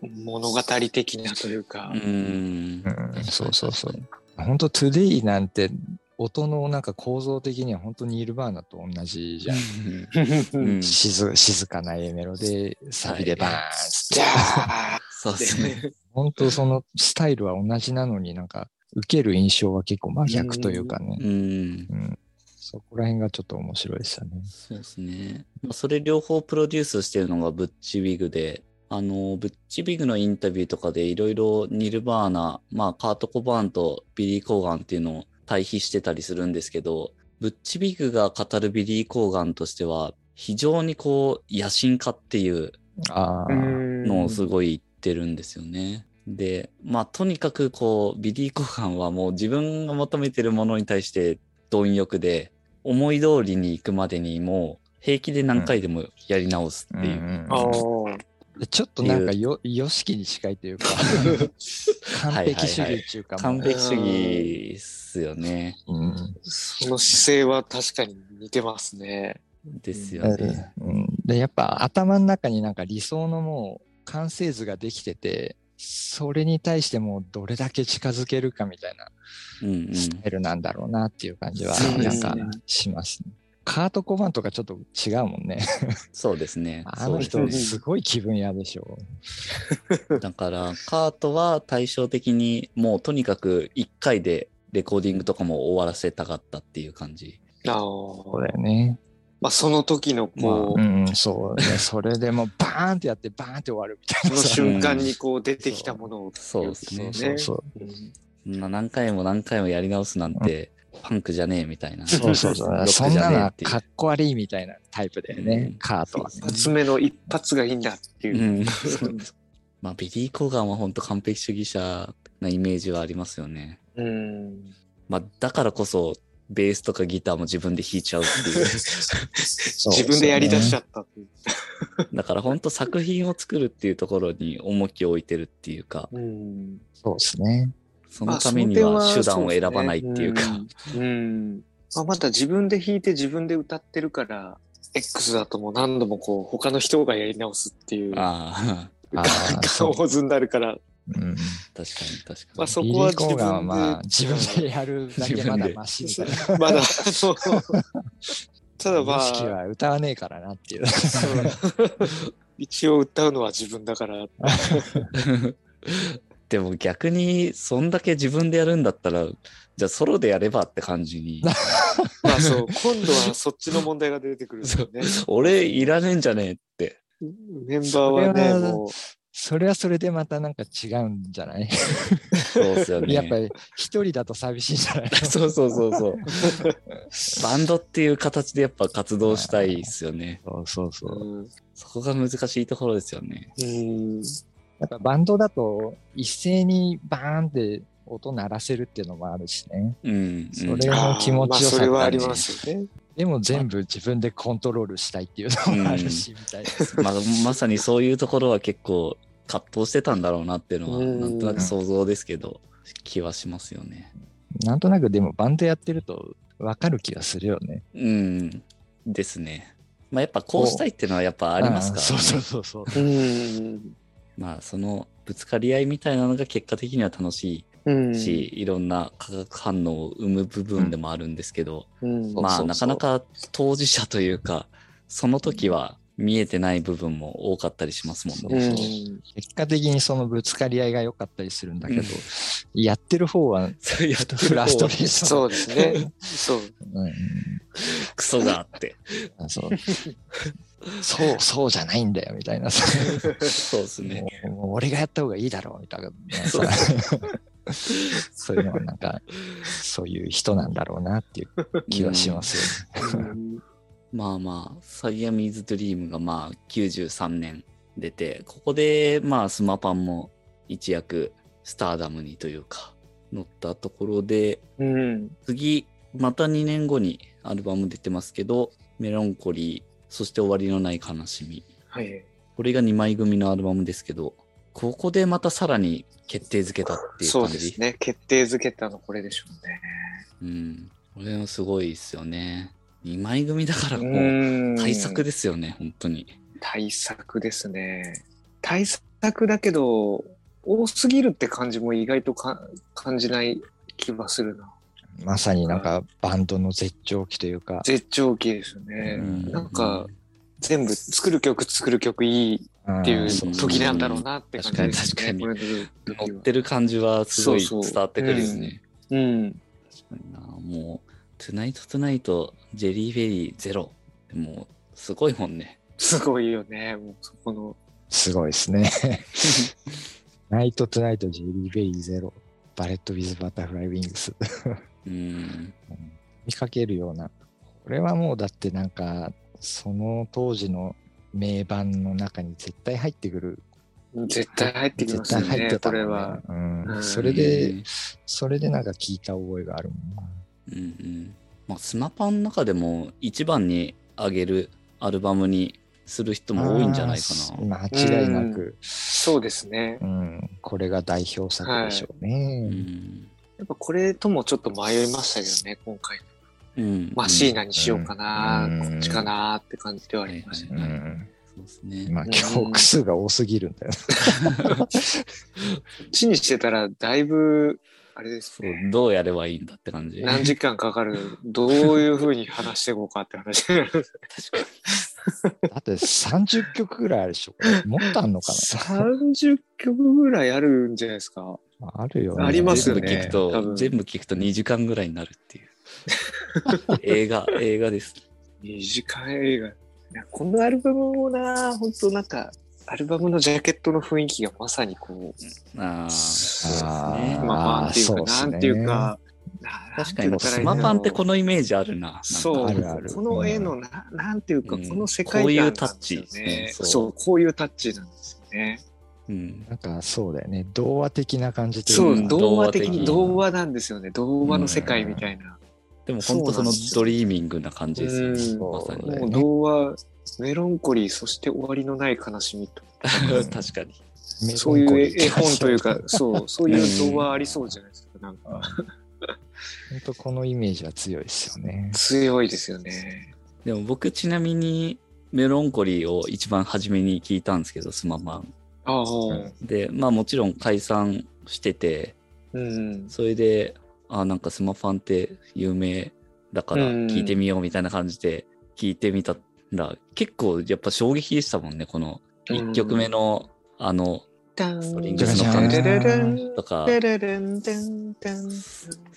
[SPEAKER 3] 物語的なというか、 [laughs]
[SPEAKER 1] うん
[SPEAKER 2] う。ん、そうそうそう。本当トゥデイなんて音のなんか構造的には本当にニルバーナと同じじゃん。
[SPEAKER 1] うん。うん。そ
[SPEAKER 2] 静静かな A メロでサビでバーンっつって
[SPEAKER 3] じゃあ、
[SPEAKER 1] うです
[SPEAKER 3] [laughs]
[SPEAKER 1] ね。
[SPEAKER 2] 本当そのスタイルは同じなのになんか受ける印象は結構真逆というかね、
[SPEAKER 1] うん。
[SPEAKER 2] うん、そこら辺がちょっと面白いですよね。
[SPEAKER 1] そうですね。まあそれ両方プロデュースしてるのがブッチビグで、あの、ブッチビグのインタビューとかでいろいろニルバーナ、まあカート・コバーンとビリー・コーガンっていうのを対比してたりするんですけど、ブッチビグが語るビリー・コーガンとしては、非常にこう、野心家っていう
[SPEAKER 2] ああ、
[SPEAKER 1] のをすごい言ってるんですよね。で、まあ、とにかくこう、ビリー・コーガンはもう自分が求めてるものに対して貪欲で、思い通りに行くまでにもう平気で何回でもやり直すっていう。
[SPEAKER 2] うん
[SPEAKER 3] あー
[SPEAKER 2] でちょっとなんかよ、よしきに近いというか、完璧主義っていうか、
[SPEAKER 1] 完
[SPEAKER 2] もう
[SPEAKER 1] 璧主義っすよね。
[SPEAKER 2] うん
[SPEAKER 3] その姿勢は確かに似てますね。
[SPEAKER 1] ですよね。
[SPEAKER 2] うんで、やっぱ頭の中になんか理想のもう完成図ができてて、それに対してもうどれだけ近づけるかみたいな
[SPEAKER 1] うんうん。
[SPEAKER 2] スタイルなんだろうなっていう感じは
[SPEAKER 1] そうで
[SPEAKER 2] な
[SPEAKER 1] す
[SPEAKER 2] ん
[SPEAKER 1] ね
[SPEAKER 2] かしますね。カート・コバンとかちょっと違うもんね。
[SPEAKER 1] そうですね。
[SPEAKER 2] あの
[SPEAKER 1] そう
[SPEAKER 2] 人
[SPEAKER 1] ですね
[SPEAKER 2] すごい気分屋でしょ。
[SPEAKER 1] だから、カートは対照的にもうとにかく1回でレコーディングとかも終わらせたかったっていう感じ。
[SPEAKER 3] あ
[SPEAKER 2] そう
[SPEAKER 3] ー
[SPEAKER 2] だよね。
[SPEAKER 3] まあ、その時のこう、
[SPEAKER 2] うん、そうね。それでもうバーンってやってバーンって終わるみたい
[SPEAKER 3] そ
[SPEAKER 2] な
[SPEAKER 3] の
[SPEAKER 2] さ。
[SPEAKER 3] 瞬間にこう出てきたものを。
[SPEAKER 1] そうです
[SPEAKER 2] そ
[SPEAKER 1] ね
[SPEAKER 2] う。そうそ
[SPEAKER 3] う
[SPEAKER 2] う。
[SPEAKER 3] ん
[SPEAKER 1] そんな何回も何回もやり直すなんて、パンクじゃねえみたいな。
[SPEAKER 2] そうそうそ
[SPEAKER 1] [laughs] ロッ
[SPEAKER 2] う。
[SPEAKER 1] ク
[SPEAKER 2] そん
[SPEAKER 1] じゃ
[SPEAKER 2] な
[SPEAKER 1] ね
[SPEAKER 2] の
[SPEAKER 1] え
[SPEAKER 2] は
[SPEAKER 1] っていう
[SPEAKER 2] かっこ悪いみたいなタイプだよね、
[SPEAKER 1] うん
[SPEAKER 2] カート
[SPEAKER 1] [laughs]
[SPEAKER 2] はね、
[SPEAKER 3] 一発目の一発がいいんだっていう。
[SPEAKER 1] うんそうです [laughs] まあ、ビリー・コーガンは本当完璧主義者なイメージはありますよね。
[SPEAKER 3] うん
[SPEAKER 1] まあ、だからこそ、ベースとかギターも自分で弾いちゃうっていう。
[SPEAKER 2] う
[SPEAKER 3] [laughs] 自分でやり出しちゃったっていう。
[SPEAKER 2] [laughs]
[SPEAKER 1] だから本当作品を作るっていうところに重きを置いてるっていうか、
[SPEAKER 3] うん
[SPEAKER 2] そうですね。
[SPEAKER 1] そのためには手段を選ばないっていうか。。
[SPEAKER 3] うんうんまあ、また自分で弾いて自分で歌ってるから、X だともう何度もこう他の人がやり直すっていう
[SPEAKER 1] [laughs]
[SPEAKER 3] が
[SPEAKER 1] ああ、
[SPEAKER 2] あーそう
[SPEAKER 3] 構図になるから、
[SPEAKER 2] うん、
[SPEAKER 1] 確かに確かに。
[SPEAKER 3] まあそ
[SPEAKER 2] ビ
[SPEAKER 3] こ
[SPEAKER 2] リ
[SPEAKER 3] は
[SPEAKER 2] ー・
[SPEAKER 3] 自分
[SPEAKER 2] コー
[SPEAKER 3] で
[SPEAKER 2] ガンはまあ自分でやるだけまだマシみたいな。
[SPEAKER 3] まだ、そう。ただま
[SPEAKER 2] 意識
[SPEAKER 3] あ、
[SPEAKER 2] は歌わねえからなっていう。
[SPEAKER 3] そう一応歌うのは自分だから。
[SPEAKER 1] [laughs] でも逆に、そんだけ自分でやるんだったら、じゃあソロでやればって感じに。
[SPEAKER 3] まあそう、今度はそっちの問題が出てくるんです
[SPEAKER 2] [laughs]
[SPEAKER 3] よね。
[SPEAKER 1] 俺いらねえんじゃねえって。
[SPEAKER 3] メンバーはね、
[SPEAKER 2] それは
[SPEAKER 3] もう。
[SPEAKER 2] それはそれでまたなんか違うんじゃない、
[SPEAKER 1] そうっすよね。
[SPEAKER 2] [laughs] やっぱり一人だと寂しいんじゃない
[SPEAKER 1] [laughs] そうそうそう
[SPEAKER 2] [laughs]
[SPEAKER 1] そう。バンドっていう形でやっぱ活動したいですよね。
[SPEAKER 2] そうそうそ
[SPEAKER 3] うん
[SPEAKER 1] そこが難しいところですよね。
[SPEAKER 3] うん
[SPEAKER 2] やっぱバンドだと一斉にバーンって音鳴らせるっていうのもあるしね。
[SPEAKER 1] うん、うん。
[SPEAKER 2] それの気持ちよさ
[SPEAKER 3] あーまあそれはあ
[SPEAKER 2] 感
[SPEAKER 3] り
[SPEAKER 2] じ
[SPEAKER 3] ますよね。
[SPEAKER 2] でも全部自分でコントロールしたいっていうのもあるし、みたいな。
[SPEAKER 1] まあまさにそういうところは結構葛藤してたんだろうなっていうのは、
[SPEAKER 3] うん
[SPEAKER 1] なんとなく想像ですけど、気はしますよね。
[SPEAKER 2] なんとなくでもバンドやってると分かる気がするよね。
[SPEAKER 1] うん。ですね。まあやっぱこうしたいっていうのはやっぱありますから、ね。
[SPEAKER 2] うんそうそうそうそう。
[SPEAKER 3] うん
[SPEAKER 1] まあそのぶつかり合いみたいなのが結果的には楽し
[SPEAKER 3] うん
[SPEAKER 1] いし、いろんな化学反応を生む部分でもあるんですけど、
[SPEAKER 3] うん
[SPEAKER 2] そう
[SPEAKER 1] まあなかなか当事者というかその時は見えてない部分も多かったりしますもん
[SPEAKER 3] う
[SPEAKER 1] ね。
[SPEAKER 3] ん
[SPEAKER 2] 結果的にそのぶつかり合いが良かったりするんだけど、
[SPEAKER 1] うん
[SPEAKER 2] やってる方は
[SPEAKER 1] そうやってる
[SPEAKER 2] フラストレ
[SPEAKER 1] 方
[SPEAKER 2] ーション。
[SPEAKER 3] [laughs] そうですね。そう。
[SPEAKER 2] うん
[SPEAKER 1] クソがあ
[SPEAKER 2] [laughs]
[SPEAKER 1] って。
[SPEAKER 2] あそうそうそうじゃないんだよみたいなさ、
[SPEAKER 1] そうですね。
[SPEAKER 2] もうもう俺がやった方がいいだろうみたいな
[SPEAKER 1] そ
[SPEAKER 2] さそういうのはなんかそういう人なんだろうなっていう気はします
[SPEAKER 3] うん
[SPEAKER 1] まあまあ、サイアミーズ・ドリームがまあ93年出て、ここでまあスマパンも一躍スターダムにというか乗ったところで、
[SPEAKER 3] うん。
[SPEAKER 1] 次、また2年後にアルバム出てますけど、メロンコリー、そして終わりのない悲しみ。
[SPEAKER 3] はい。
[SPEAKER 1] これが2枚組のアルバムですけど、ここでまたさらに決定づけたっていう
[SPEAKER 3] そ
[SPEAKER 1] 感
[SPEAKER 3] う
[SPEAKER 1] じ。
[SPEAKER 3] ですね。決定づけたのこれでしょうね。
[SPEAKER 1] うん。これはすごいですよね。2枚組だからこ
[SPEAKER 3] う
[SPEAKER 1] う、
[SPEAKER 3] ーん
[SPEAKER 1] 対策ですよね、本当に。
[SPEAKER 3] 対策ですね。対策だけど、多すぎるって感じも意外とか感じない気がするな。
[SPEAKER 2] まさになんかバンドの絶頂期というか、
[SPEAKER 3] 絶頂期ですね。
[SPEAKER 1] うん
[SPEAKER 3] なんか、全部作る曲作る曲いいってい
[SPEAKER 2] ん
[SPEAKER 3] う
[SPEAKER 1] そう
[SPEAKER 3] 時なんだろうなって感じですね。
[SPEAKER 1] 確かに
[SPEAKER 3] 確
[SPEAKER 1] 乗ってる感じはすごい伝
[SPEAKER 3] そうそう
[SPEAKER 1] わってくるですね。
[SPEAKER 3] うん。
[SPEAKER 1] 確かになもう、トゥナイトトゥナイト、ジェリーベリーゼロ。もう、すごいもんね。
[SPEAKER 3] すごいよね。もうそこの。
[SPEAKER 2] すごいで
[SPEAKER 3] [laughs]
[SPEAKER 2] すね。ナイト・トゥナイト・ジェリー・ベリー・ゼロ、バレット・ウィズ・バタフライ・ウィングス。
[SPEAKER 1] うん。
[SPEAKER 2] 見かけるような。これはもうだってなんか、その当時の名盤の中に絶対入ってくる。
[SPEAKER 3] 絶対入ってきま
[SPEAKER 2] 絶
[SPEAKER 3] す
[SPEAKER 2] 対
[SPEAKER 3] よ
[SPEAKER 2] 入っ
[SPEAKER 3] ね、
[SPEAKER 2] てた
[SPEAKER 3] こ
[SPEAKER 2] も
[SPEAKER 3] れ
[SPEAKER 2] んね
[SPEAKER 3] は。。う
[SPEAKER 2] う。
[SPEAKER 3] んん
[SPEAKER 2] それで、、それでなんか聞いた覚えがあるもんな。
[SPEAKER 1] うんうんまあ、スマパンの中でも一番に上げるアルバムにする人も多いんじゃないかな。
[SPEAKER 2] な。間違いなく、
[SPEAKER 3] そうですね。
[SPEAKER 2] うん、これが代表作でしょうね。
[SPEAKER 1] うん
[SPEAKER 3] やっぱこれともちょっと迷いましたけどね、今回。
[SPEAKER 1] うん
[SPEAKER 3] マシーナにしようかな、
[SPEAKER 2] うん
[SPEAKER 3] こっちかなって感じではありました
[SPEAKER 2] う
[SPEAKER 3] ね。
[SPEAKER 2] ん。
[SPEAKER 1] そうですね。
[SPEAKER 2] まあ、曲数が多すぎるんだよね。
[SPEAKER 3] こっちにしてたらだいぶ、あれです
[SPEAKER 1] そう
[SPEAKER 3] ね。
[SPEAKER 1] どうやればいいんだって感じ。
[SPEAKER 3] 何時間かかる、どういうふうに話していこうかって話になる。
[SPEAKER 2] だって30曲ぐらいあるでしょ。これもっと
[SPEAKER 3] [laughs]
[SPEAKER 2] あんのか
[SPEAKER 3] 30曲ぐらいあるんじゃないですか。
[SPEAKER 2] なあるよね。
[SPEAKER 3] ありますよ
[SPEAKER 1] 全部
[SPEAKER 3] ね
[SPEAKER 1] 聞く
[SPEAKER 3] 多
[SPEAKER 1] と、
[SPEAKER 3] 分
[SPEAKER 1] 全部聞くと2時間ぐらいになるって
[SPEAKER 3] [laughs]
[SPEAKER 1] いう。映画、映画です。
[SPEAKER 3] 2時間映画。いやこのアルバムもな、本当なんか、アルバムのジャケットの雰囲気がまさにこう、
[SPEAKER 1] ああ、そうです
[SPEAKER 2] あ
[SPEAKER 1] ね
[SPEAKER 2] ー
[SPEAKER 3] ま。あまあっていう
[SPEAKER 2] そうっす
[SPEAKER 3] か、
[SPEAKER 2] ね
[SPEAKER 3] なんていうか、
[SPEAKER 1] 確かに、ス
[SPEAKER 2] ス
[SPEAKER 1] マパンってこ
[SPEAKER 3] の、
[SPEAKER 1] のイメージあるな。なんか
[SPEAKER 3] そう、
[SPEAKER 2] あるある
[SPEAKER 3] この絵のな、なんていうか、
[SPEAKER 1] うん
[SPEAKER 3] この世界
[SPEAKER 1] こう
[SPEAKER 3] 観
[SPEAKER 1] いう
[SPEAKER 3] なんですよ
[SPEAKER 1] タッチですねそう
[SPEAKER 3] そう、こういうタッチなんですよね。
[SPEAKER 1] うん。
[SPEAKER 2] なんかそうだよね。童話的な感じとい
[SPEAKER 3] そうう、
[SPEAKER 2] か
[SPEAKER 3] 童話的
[SPEAKER 1] 童話的
[SPEAKER 3] に、童話なんですよね。童話の世界みたいな。
[SPEAKER 1] でも本当そのドリーミングな感じですよね。
[SPEAKER 2] うん
[SPEAKER 1] まさに
[SPEAKER 2] うん。
[SPEAKER 3] もう童話、メロンコリー、そして終わりのない悲しみと。
[SPEAKER 2] う
[SPEAKER 1] [laughs] 確
[SPEAKER 2] ん
[SPEAKER 1] かに。
[SPEAKER 2] メロンコ
[SPEAKER 3] そうい
[SPEAKER 2] リー
[SPEAKER 3] う絵本とい
[SPEAKER 1] [laughs]
[SPEAKER 3] うか、そう、そういう童話ありそうじゃないですか。なんか、
[SPEAKER 2] [laughs] 本当このイメージは強いですよね。
[SPEAKER 3] 強いですよね。
[SPEAKER 1] でも僕ちなみにメロンコリーを一番初めに聞いたんですけど、スママン。
[SPEAKER 3] ああ、
[SPEAKER 1] で、まあもちろん解散してて、
[SPEAKER 3] うん。
[SPEAKER 1] それで、あなんかスマファンって有名だから
[SPEAKER 3] うん
[SPEAKER 1] 聞いてみようみたいな感じで聞いてみたら、結構やっぱ衝撃でしたもんね、この1曲目の、あの、ストリングスの感じとか、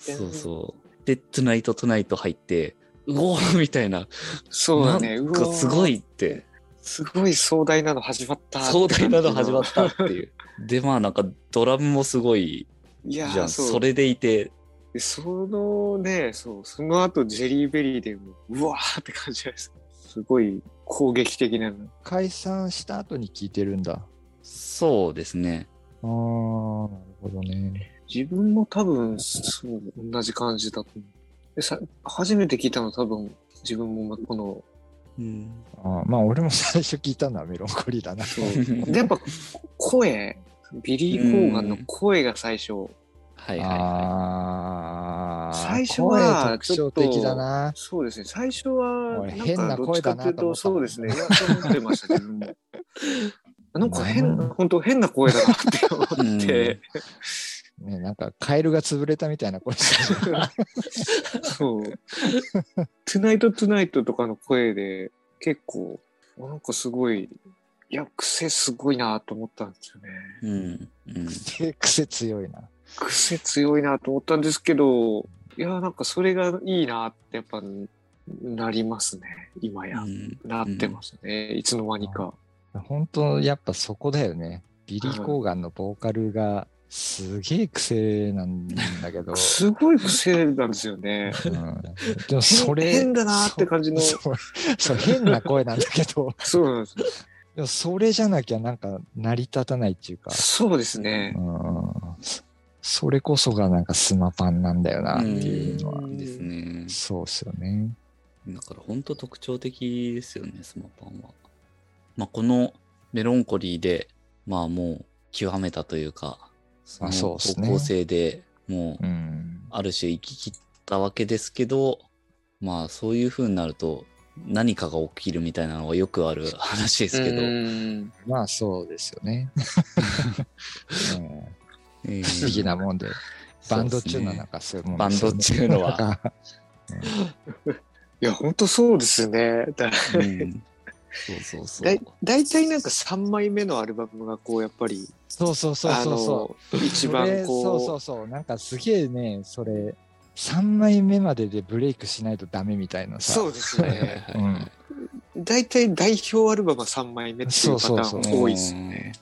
[SPEAKER 1] そうそう。で、トゥナイトトゥナイト入って、うおーみたいな、
[SPEAKER 3] そうだね。
[SPEAKER 1] なんかすごいって。
[SPEAKER 3] すごい壮大なの始まった。
[SPEAKER 1] 壮大なの始まったっていう。 [laughs] で、まあなんかドラムもすごい
[SPEAKER 3] い
[SPEAKER 1] じ
[SPEAKER 3] や
[SPEAKER 1] ゃん。
[SPEAKER 3] そう
[SPEAKER 1] それでいて、
[SPEAKER 3] そのね、そう、その後ジェリーベリーでもう、うわーって感じじゃないですか。すごい攻撃的なの。
[SPEAKER 2] 解散した後に聞いてるんだ。ああ、なる
[SPEAKER 1] そうですね。
[SPEAKER 2] ほどね。
[SPEAKER 3] 自分も多分、そう、同じ感じだと思う。でさ初めて聞いたの多分、自分もこの、
[SPEAKER 1] うん。
[SPEAKER 2] あーまあ俺も最初聞いたのはメロンコリーだな。
[SPEAKER 3] で、やっぱ声、ビリー・コーガンの声が最初、
[SPEAKER 1] はいはいは
[SPEAKER 2] ああ、
[SPEAKER 3] 最初は
[SPEAKER 2] 声特徴的だな。
[SPEAKER 3] そうですね、最初は
[SPEAKER 2] おい、
[SPEAKER 3] なんかどっちかっていうと、
[SPEAKER 2] 変な声だなと
[SPEAKER 3] そう
[SPEAKER 2] 思
[SPEAKER 3] で
[SPEAKER 2] った
[SPEAKER 3] すね、いやそう思ってました、自分も。なんか変
[SPEAKER 2] う
[SPEAKER 3] な、
[SPEAKER 2] ん
[SPEAKER 3] 本当変な声だなって思って、
[SPEAKER 2] ね、なんかカエルが潰れたみたい
[SPEAKER 3] [laughs]
[SPEAKER 2] な声してる
[SPEAKER 3] そう。トゥナイトトゥナイトとかの声で、結構、なんかすごい、いや、癖すごいなと思ったんですよね。
[SPEAKER 1] い。うん。うん。
[SPEAKER 2] 癖強いな。
[SPEAKER 3] 癖強いなと思ったんですけど、いや、なんかそれがいいなって、やっぱ、なりますね、今や。
[SPEAKER 1] うん
[SPEAKER 3] なってますね、いつの間にか。
[SPEAKER 2] 本当やっぱそこだよね。ビリー・コーガンのボーカルがすげえ癖なんだ
[SPEAKER 3] [laughs]
[SPEAKER 2] けど、
[SPEAKER 3] すごい癖なんですよね。
[SPEAKER 2] うんでもそれ
[SPEAKER 3] 変変だなって感じの
[SPEAKER 2] そそうそう変な声なんだけど、
[SPEAKER 3] そうなんですよ。
[SPEAKER 2] でもそれじゃなきゃなんか成り立たないっていうか、
[SPEAKER 3] そうですね
[SPEAKER 2] う。ん、それこそがなんかスマパンなんだよなっていうのは、
[SPEAKER 3] ん
[SPEAKER 1] ですね。
[SPEAKER 2] そうっすよね。
[SPEAKER 1] だから本当特徴的ですよね、スマパンは。まあこのメロンコリーで、まあもう極めたというか、その
[SPEAKER 2] あそうっす
[SPEAKER 1] 高
[SPEAKER 2] ね
[SPEAKER 1] 校生でもう、
[SPEAKER 2] うん。
[SPEAKER 1] ある種生き切ったわけですけど、まあそういう風になると、何かが起きるみたいなのはよくある [laughs] 話ですけど、
[SPEAKER 3] うん
[SPEAKER 2] まあそうですよね。うん
[SPEAKER 1] えー
[SPEAKER 2] 不思議なもんで、バンド中
[SPEAKER 1] そう
[SPEAKER 2] の
[SPEAKER 1] っす
[SPEAKER 2] なん
[SPEAKER 1] ね
[SPEAKER 2] かそういうもん
[SPEAKER 1] バンド中のは。
[SPEAKER 2] は。
[SPEAKER 3] いや、本当そうですね。だ
[SPEAKER 1] うんそうそうそ
[SPEAKER 3] だ
[SPEAKER 1] う
[SPEAKER 3] い。大体なんか3枚目のアルバムがこうやっぱり
[SPEAKER 2] [laughs] そうそうそうそうそう。
[SPEAKER 3] あの一
[SPEAKER 2] それ
[SPEAKER 3] 番
[SPEAKER 2] そ
[SPEAKER 3] こ
[SPEAKER 2] う
[SPEAKER 3] う
[SPEAKER 2] そうそうなんかすげえねそれ3枚目まででブレイクしないとダメみたいなさ
[SPEAKER 3] そうです
[SPEAKER 1] はいはい
[SPEAKER 3] ね
[SPEAKER 1] はい
[SPEAKER 2] うん、
[SPEAKER 3] 大体代表アルバムは3枚目っていうパタ
[SPEAKER 2] そう
[SPEAKER 3] ーン多いですね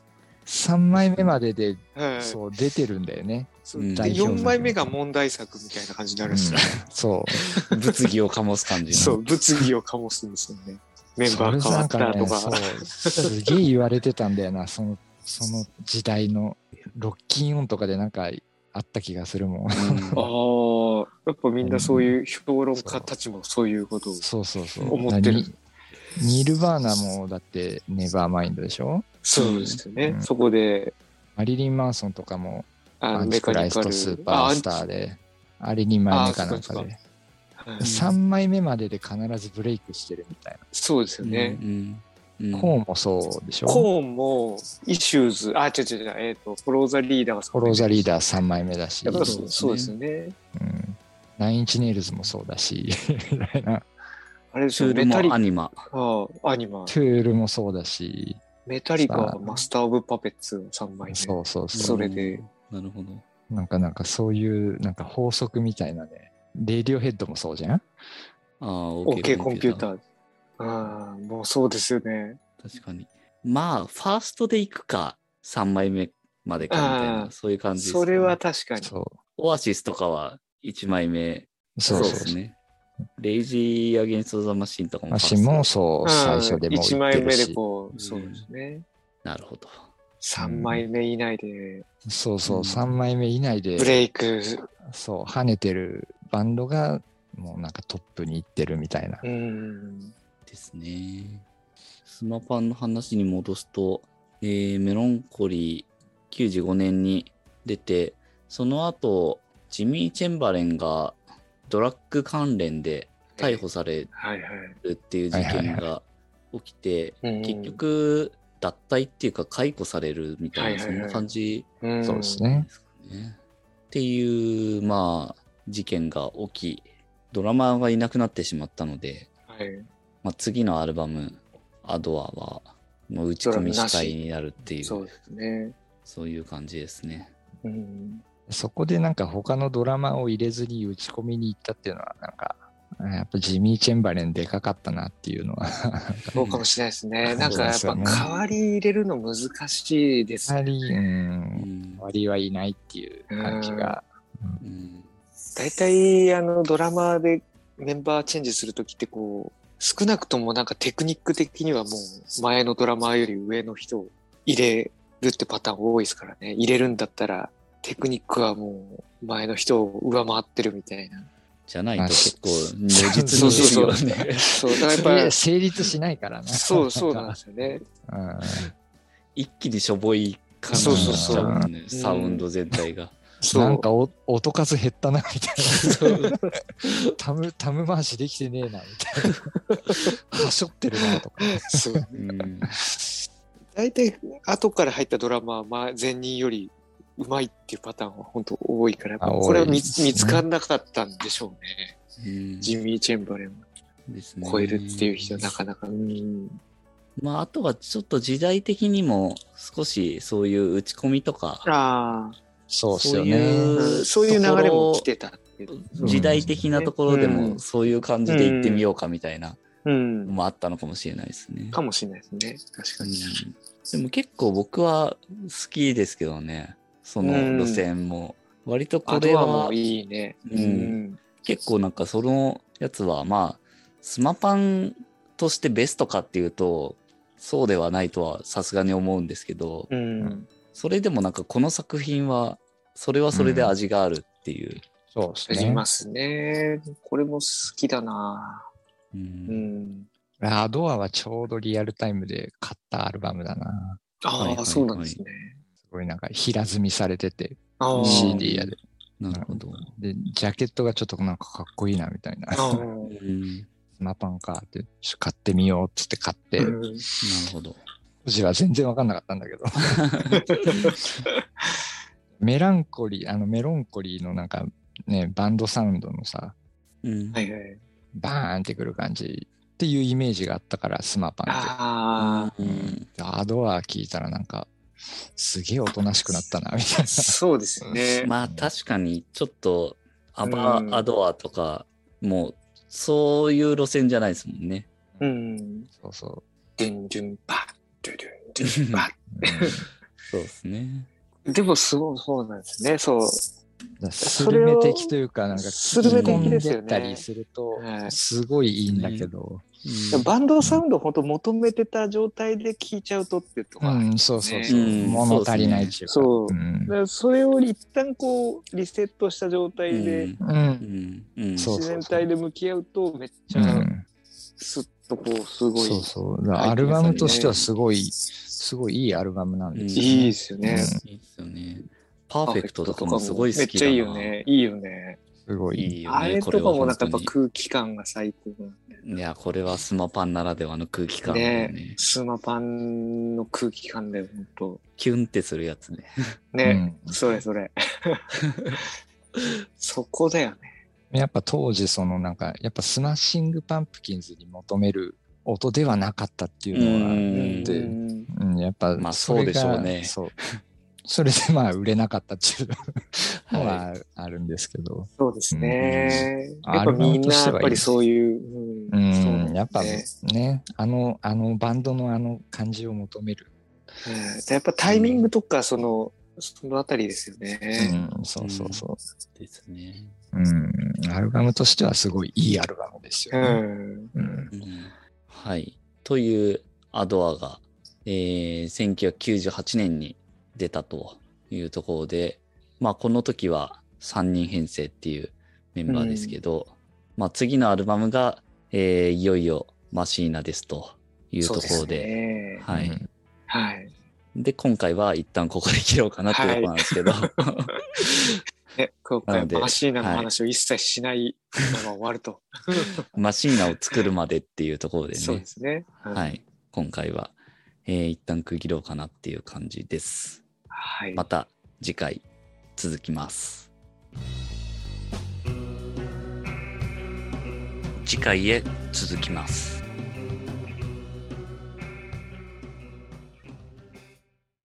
[SPEAKER 2] 3枚目までで、
[SPEAKER 3] はい
[SPEAKER 2] そう出てるんだよね、
[SPEAKER 3] そう
[SPEAKER 1] うん
[SPEAKER 3] で
[SPEAKER 1] 代
[SPEAKER 2] 表
[SPEAKER 3] 4枚目が問題作みたいな感じにな
[SPEAKER 2] う
[SPEAKER 3] る
[SPEAKER 2] ん
[SPEAKER 3] んですよ、
[SPEAKER 2] そう
[SPEAKER 1] うん物議を醸す感じの。
[SPEAKER 3] そう物議を醸すんですよねメンバー変わったとか
[SPEAKER 2] それなんねそうすげえ言われてたんだよなそのその時代のロッキンオンとかでなんかあった気がするもん
[SPEAKER 1] うん
[SPEAKER 3] ああやっぱみんなそういう評論家たちもそういうことを
[SPEAKER 2] そうそうそう
[SPEAKER 3] 思ってる
[SPEAKER 2] なにニルバーナもだってネバーマインドでしょ
[SPEAKER 3] そうですよね、
[SPEAKER 2] うん
[SPEAKER 3] そこで
[SPEAKER 2] マリリン・マンソンとかも
[SPEAKER 3] あ
[SPEAKER 2] ア
[SPEAKER 3] の
[SPEAKER 2] ン
[SPEAKER 3] メ
[SPEAKER 2] チ
[SPEAKER 3] カ
[SPEAKER 2] クラ
[SPEAKER 3] ニ
[SPEAKER 2] イ
[SPEAKER 3] カル
[SPEAKER 2] ストスーパースターで、あれ2枚目かなんか
[SPEAKER 3] あーそっかそっ
[SPEAKER 2] で、
[SPEAKER 3] あはい
[SPEAKER 2] 3枚目までで必ずブレイクしてるみたい
[SPEAKER 3] そうですよね、
[SPEAKER 1] うんうん
[SPEAKER 2] な。コーンもそうでしょ
[SPEAKER 3] コーンも、イシューズ、あ、違う違う違う、えっ、と、フォローザリーダーが
[SPEAKER 2] フォローザリー
[SPEAKER 3] ー。
[SPEAKER 2] ダー3枚目だし、
[SPEAKER 3] やっぱ
[SPEAKER 1] そう
[SPEAKER 3] そ
[SPEAKER 1] ですね
[SPEAKER 3] そうですよね。
[SPEAKER 2] うんナインチネイルズもそうだし、 [laughs] みたいな。
[SPEAKER 3] あれです
[SPEAKER 1] ツ
[SPEAKER 3] よ、
[SPEAKER 1] ール
[SPEAKER 3] メタリ
[SPEAKER 1] もア、
[SPEAKER 3] カ
[SPEAKER 1] ニマ。
[SPEAKER 3] アニマ
[SPEAKER 2] ト、ゥールもそうだし、
[SPEAKER 3] メタリカ
[SPEAKER 2] さあ
[SPEAKER 3] はマスター・オブ・パペッツの3枚目。
[SPEAKER 2] そうそう
[SPEAKER 3] そ
[SPEAKER 2] そう。
[SPEAKER 3] れで
[SPEAKER 1] うん。なるほど。
[SPEAKER 2] なんかなんかそういうなんか法則みたいなね。レディオヘッドもそうじゃん
[SPEAKER 1] ああ、
[SPEAKER 3] OK コンピュー
[SPEAKER 1] ー。
[SPEAKER 3] ター。ああ、もうそうですよね。
[SPEAKER 1] 確かに。まあ、ファーストで行くか、3枚目までかみたい
[SPEAKER 3] あ
[SPEAKER 1] な、
[SPEAKER 3] ー
[SPEAKER 1] そういう感じですかね
[SPEAKER 3] それは、確かに。
[SPEAKER 2] そ
[SPEAKER 1] オアシスとかは1枚目。
[SPEAKER 2] う。そう
[SPEAKER 1] で
[SPEAKER 2] そう
[SPEAKER 1] すね。レイジー・アゲンスト・ザ・マシンとかも。
[SPEAKER 2] マシンもそう、最初でも
[SPEAKER 3] 1
[SPEAKER 2] 言っ
[SPEAKER 3] 枚
[SPEAKER 2] てる
[SPEAKER 3] 目で
[SPEAKER 2] し。
[SPEAKER 3] こ
[SPEAKER 1] うん
[SPEAKER 3] う、そうですね。
[SPEAKER 1] なるほど。
[SPEAKER 3] 3枚目以内で、
[SPEAKER 2] そうそうう、
[SPEAKER 1] ん
[SPEAKER 2] 3枚目以内で。
[SPEAKER 3] ブレイク、
[SPEAKER 2] そう跳ねてるバンドがもうなんかトップに行ってるみたいな、
[SPEAKER 3] うん。
[SPEAKER 1] ですね。スマパンの話に戻すと、えーメロンコリー95年に出て、その後、ジミー・チェンバレンがドラッグ関連で逮捕され
[SPEAKER 3] はいはい。
[SPEAKER 1] るっていう事件が起きて、
[SPEAKER 3] うん
[SPEAKER 1] 結、局、脱退っていうか解雇されるみたいな、
[SPEAKER 3] は
[SPEAKER 1] そ
[SPEAKER 3] いはい
[SPEAKER 1] ん
[SPEAKER 3] は
[SPEAKER 1] ない感じ
[SPEAKER 3] ん
[SPEAKER 2] そうです。ね
[SPEAKER 1] ですかね。っていう、まあ、事件が起き、ドラマーがいなくなってしまったので、
[SPEAKER 3] はい。
[SPEAKER 1] まあ、次のアルバム「アドアは」もう打ち込み主体になるっていうそ
[SPEAKER 3] そう
[SPEAKER 1] う
[SPEAKER 3] ですね。
[SPEAKER 1] いう感じですね。
[SPEAKER 3] うん。
[SPEAKER 2] そこでなんか他のドラマを入れずに打ち込みに行ったっていうのはなんかあやっぱジミー・チェンバレンでかかったなっていうのは
[SPEAKER 3] そうかもしれないですね。
[SPEAKER 2] ん
[SPEAKER 3] なんかやっ
[SPEAKER 2] そう
[SPEAKER 3] ぱ
[SPEAKER 2] ですよね
[SPEAKER 3] 代わり入れるの難しいです
[SPEAKER 2] 二人うん
[SPEAKER 1] うん
[SPEAKER 2] 割はいないっていう感じが
[SPEAKER 1] うん
[SPEAKER 3] 大体あのドラマでメンバーチェンジする時ってこう少なくともなんかテクニック的にはもう前のドラマーより上の人を入れるってパターン多いですからね入れるんだったらテクニックはもう前の人を上回ってるみたいな
[SPEAKER 1] じゃない
[SPEAKER 2] ま
[SPEAKER 1] と
[SPEAKER 2] あ
[SPEAKER 1] 結構
[SPEAKER 2] そう
[SPEAKER 1] 如実にですよね。
[SPEAKER 3] そうだ
[SPEAKER 2] そ
[SPEAKER 3] からや
[SPEAKER 2] れ
[SPEAKER 3] っぱ
[SPEAKER 2] 成立しないからな
[SPEAKER 3] そうそうなんですよね
[SPEAKER 2] うん
[SPEAKER 1] [laughs] 一気にしょぼい感じ
[SPEAKER 3] そう
[SPEAKER 2] そう
[SPEAKER 1] になっち
[SPEAKER 2] そ
[SPEAKER 1] ゃ
[SPEAKER 2] う
[SPEAKER 1] うもんねサウ
[SPEAKER 3] ん
[SPEAKER 1] ンド全体が。
[SPEAKER 3] そう
[SPEAKER 2] なんかお音数減ったなみたいな
[SPEAKER 1] そう
[SPEAKER 2] [laughs] タムタム回しできてねえなみたいなはしょってるなとか
[SPEAKER 3] そう
[SPEAKER 1] うん
[SPEAKER 3] 大体後から入ったドラマはまあ前任よりうまいっていうパターンは本当多いからやっぱ
[SPEAKER 2] あ多い
[SPEAKER 3] これは見,、
[SPEAKER 2] ですね
[SPEAKER 3] 見つからなかったんでしょうね
[SPEAKER 1] うん
[SPEAKER 3] ジミー・チェンバレン
[SPEAKER 1] ですね
[SPEAKER 3] を超えるっていう人はなかなかうん
[SPEAKER 1] まああとはちょっと時代的にも少しそういう打ち込みとか
[SPEAKER 3] あ
[SPEAKER 2] そうっすよ
[SPEAKER 1] そう
[SPEAKER 2] ね
[SPEAKER 1] い
[SPEAKER 3] あ
[SPEAKER 1] う
[SPEAKER 3] そういう流れも来てたっていう
[SPEAKER 1] 時代的なところで
[SPEAKER 3] う
[SPEAKER 1] も
[SPEAKER 3] ん
[SPEAKER 1] そういう感じで行ってみようかみたいな
[SPEAKER 3] うん
[SPEAKER 1] のもあったのかもしれないですね。
[SPEAKER 3] かもしれないですね確かに、
[SPEAKER 1] でも結構僕は好きですけどね、その
[SPEAKER 3] うん
[SPEAKER 1] 路線も。割とこ
[SPEAKER 3] あ
[SPEAKER 1] れ
[SPEAKER 3] とは
[SPEAKER 1] は
[SPEAKER 3] もういいね
[SPEAKER 1] うん結構なんかそのやつはまあ、スマパンとしてベストかっていうと、そうではないとはさすがに思うんですけど、
[SPEAKER 3] うん、
[SPEAKER 2] うん
[SPEAKER 1] それでもなんかこの作品は、それはそれで味があるっていう。
[SPEAKER 2] そうです
[SPEAKER 3] あり
[SPEAKER 2] ね
[SPEAKER 3] ますねこれも好きだな
[SPEAKER 1] うん
[SPEAKER 3] うん
[SPEAKER 2] ラドアはちょうどリアルタイムで買ったアルバムだな
[SPEAKER 3] ああ、
[SPEAKER 1] はいはいはい
[SPEAKER 3] そうなんですね
[SPEAKER 2] ごいなんか平積みされてて、
[SPEAKER 3] ああ。
[SPEAKER 2] CD やで。
[SPEAKER 1] なるほど。
[SPEAKER 2] で、ジャケットがちょっとなんかかっこいいなみたいな。
[SPEAKER 3] ああ
[SPEAKER 2] ス
[SPEAKER 1] うん
[SPEAKER 2] マパンかって、ちょっと買ってみようっつって買って、
[SPEAKER 3] う
[SPEAKER 2] 当
[SPEAKER 3] ん
[SPEAKER 1] なるほど。
[SPEAKER 2] 時は全然わかんなかった
[SPEAKER 3] [laughs]
[SPEAKER 2] んだけど。メランコリー、あのメロンコリーのなんかね、バンドサウンドのさ、
[SPEAKER 1] うん
[SPEAKER 3] はいはい。
[SPEAKER 2] バーンってくる感じっていうイメージがあったから、スマパンって。
[SPEAKER 3] あ
[SPEAKER 1] う
[SPEAKER 2] うんんアドア聞いたらなんか、すげえおとなしくなったな、みたい
[SPEAKER 3] あ。そうですよ
[SPEAKER 2] [laughs]
[SPEAKER 3] ね。
[SPEAKER 1] まあ確かにちょっとアバ
[SPEAKER 3] うん
[SPEAKER 1] アドアとかもうそういう路線じゃないですもんね。
[SPEAKER 3] うん。
[SPEAKER 2] な。そうそ
[SPEAKER 3] ドゥンドゥンパドゥドゥンドゥンパ
[SPEAKER 2] う。うん
[SPEAKER 1] そうですね。
[SPEAKER 3] でも、すごいそうなんですね。そう。
[SPEAKER 2] だからスルメ的というか、なんか、
[SPEAKER 3] ス
[SPEAKER 1] ルメ的
[SPEAKER 3] ですよね
[SPEAKER 2] 突っ込んったりすると
[SPEAKER 3] は、い
[SPEAKER 2] すごいいいんだけど。
[SPEAKER 1] うん
[SPEAKER 3] バンドサウンドを本当求めてた状態で聴いちゃうとっていうと
[SPEAKER 2] う
[SPEAKER 3] か、
[SPEAKER 2] ん、そうそうそう。
[SPEAKER 1] うん
[SPEAKER 2] 物足りないっていうか。
[SPEAKER 3] そう
[SPEAKER 2] うん
[SPEAKER 3] だからそれを一旦こうリセットした状態で
[SPEAKER 1] ん
[SPEAKER 2] う。
[SPEAKER 1] うんんうん
[SPEAKER 2] そう
[SPEAKER 3] 自然体で向き合うとめっち
[SPEAKER 2] う
[SPEAKER 3] ゃ
[SPEAKER 2] ん
[SPEAKER 3] スッとこうすごい
[SPEAKER 2] そうそう。だからアルバムとしてはすごい、すごいいいアルバムなんですよ
[SPEAKER 3] いいですよね。
[SPEAKER 1] いいですよね。パーフェクトとかもすごい
[SPEAKER 3] め
[SPEAKER 1] 好
[SPEAKER 3] っ
[SPEAKER 1] きだ
[SPEAKER 3] ちゃ
[SPEAKER 1] ない
[SPEAKER 3] いよね。いいよね。
[SPEAKER 2] すご
[SPEAKER 1] い
[SPEAKER 2] い。
[SPEAKER 1] いよね。
[SPEAKER 3] あれと
[SPEAKER 1] こ
[SPEAKER 3] か
[SPEAKER 1] は
[SPEAKER 3] もなんかやっぱ
[SPEAKER 1] 本当
[SPEAKER 3] 空気感が最高
[SPEAKER 1] にいや、これはスマパンならではの空気
[SPEAKER 3] な
[SPEAKER 1] 感だよ
[SPEAKER 3] ね
[SPEAKER 1] ね。
[SPEAKER 3] スマパンの空気感だよ、本当
[SPEAKER 1] キュンってするやつね。
[SPEAKER 3] ね、
[SPEAKER 2] うん
[SPEAKER 3] それ
[SPEAKER 1] [laughs]
[SPEAKER 3] それ。そこだよね。
[SPEAKER 2] やっぱ当時、そのなんか、やっぱスマッシングパンプキンズに求める音ではなかったっていうのは、
[SPEAKER 1] うん
[SPEAKER 2] で
[SPEAKER 3] うん
[SPEAKER 2] うん、やっぱ、
[SPEAKER 1] まあ
[SPEAKER 2] れ
[SPEAKER 1] そうでしょうね
[SPEAKER 2] がそう。 [laughs] それでまあ売れなかったっていうの
[SPEAKER 1] [laughs] は
[SPEAKER 2] はあるんですけど、
[SPEAKER 3] そうですね。
[SPEAKER 2] うん
[SPEAKER 3] やっぱみ
[SPEAKER 2] アルバム
[SPEAKER 3] ん
[SPEAKER 2] と
[SPEAKER 3] な
[SPEAKER 2] し
[SPEAKER 3] や
[SPEAKER 2] て
[SPEAKER 3] っ
[SPEAKER 2] はいい
[SPEAKER 3] ぱりそういう。
[SPEAKER 2] うん
[SPEAKER 3] そうですね
[SPEAKER 2] やっぱねあの、あのバンドのあの感じを求める。
[SPEAKER 3] うんやっぱタイミングとか、その、そのあたりですよね。
[SPEAKER 2] うん、そうそうそ
[SPEAKER 1] ですね。
[SPEAKER 2] う、うん。アルバムとしてはすごいいいアルバムです
[SPEAKER 3] う
[SPEAKER 2] よ、ね。
[SPEAKER 3] ん。
[SPEAKER 2] うん
[SPEAKER 1] うんはい。というアドアが、えー1998年に出たというところで、まあこの時は3人編成っていうメンバーですけど、まあ次のアルバムが、えーいよいよマシーナですというとこ
[SPEAKER 3] そ
[SPEAKER 1] ろ
[SPEAKER 3] う
[SPEAKER 1] で、
[SPEAKER 3] すね
[SPEAKER 1] は
[SPEAKER 2] う
[SPEAKER 1] い。
[SPEAKER 2] ん
[SPEAKER 3] はい。
[SPEAKER 1] で、今回は一旦ここで切ろうかなというところなんですけど、
[SPEAKER 3] ね、
[SPEAKER 1] なの
[SPEAKER 3] 今回、
[SPEAKER 1] で
[SPEAKER 3] マシーナの話を一切しないまま終わると。
[SPEAKER 1] [laughs] マシーナを作るまでっていうところで
[SPEAKER 3] そう
[SPEAKER 1] ね
[SPEAKER 3] で、すね。
[SPEAKER 1] は。い。今回は、えー一旦区切ろうかなっていう感じです。
[SPEAKER 3] はい。
[SPEAKER 1] また次回続きます次回へ続きます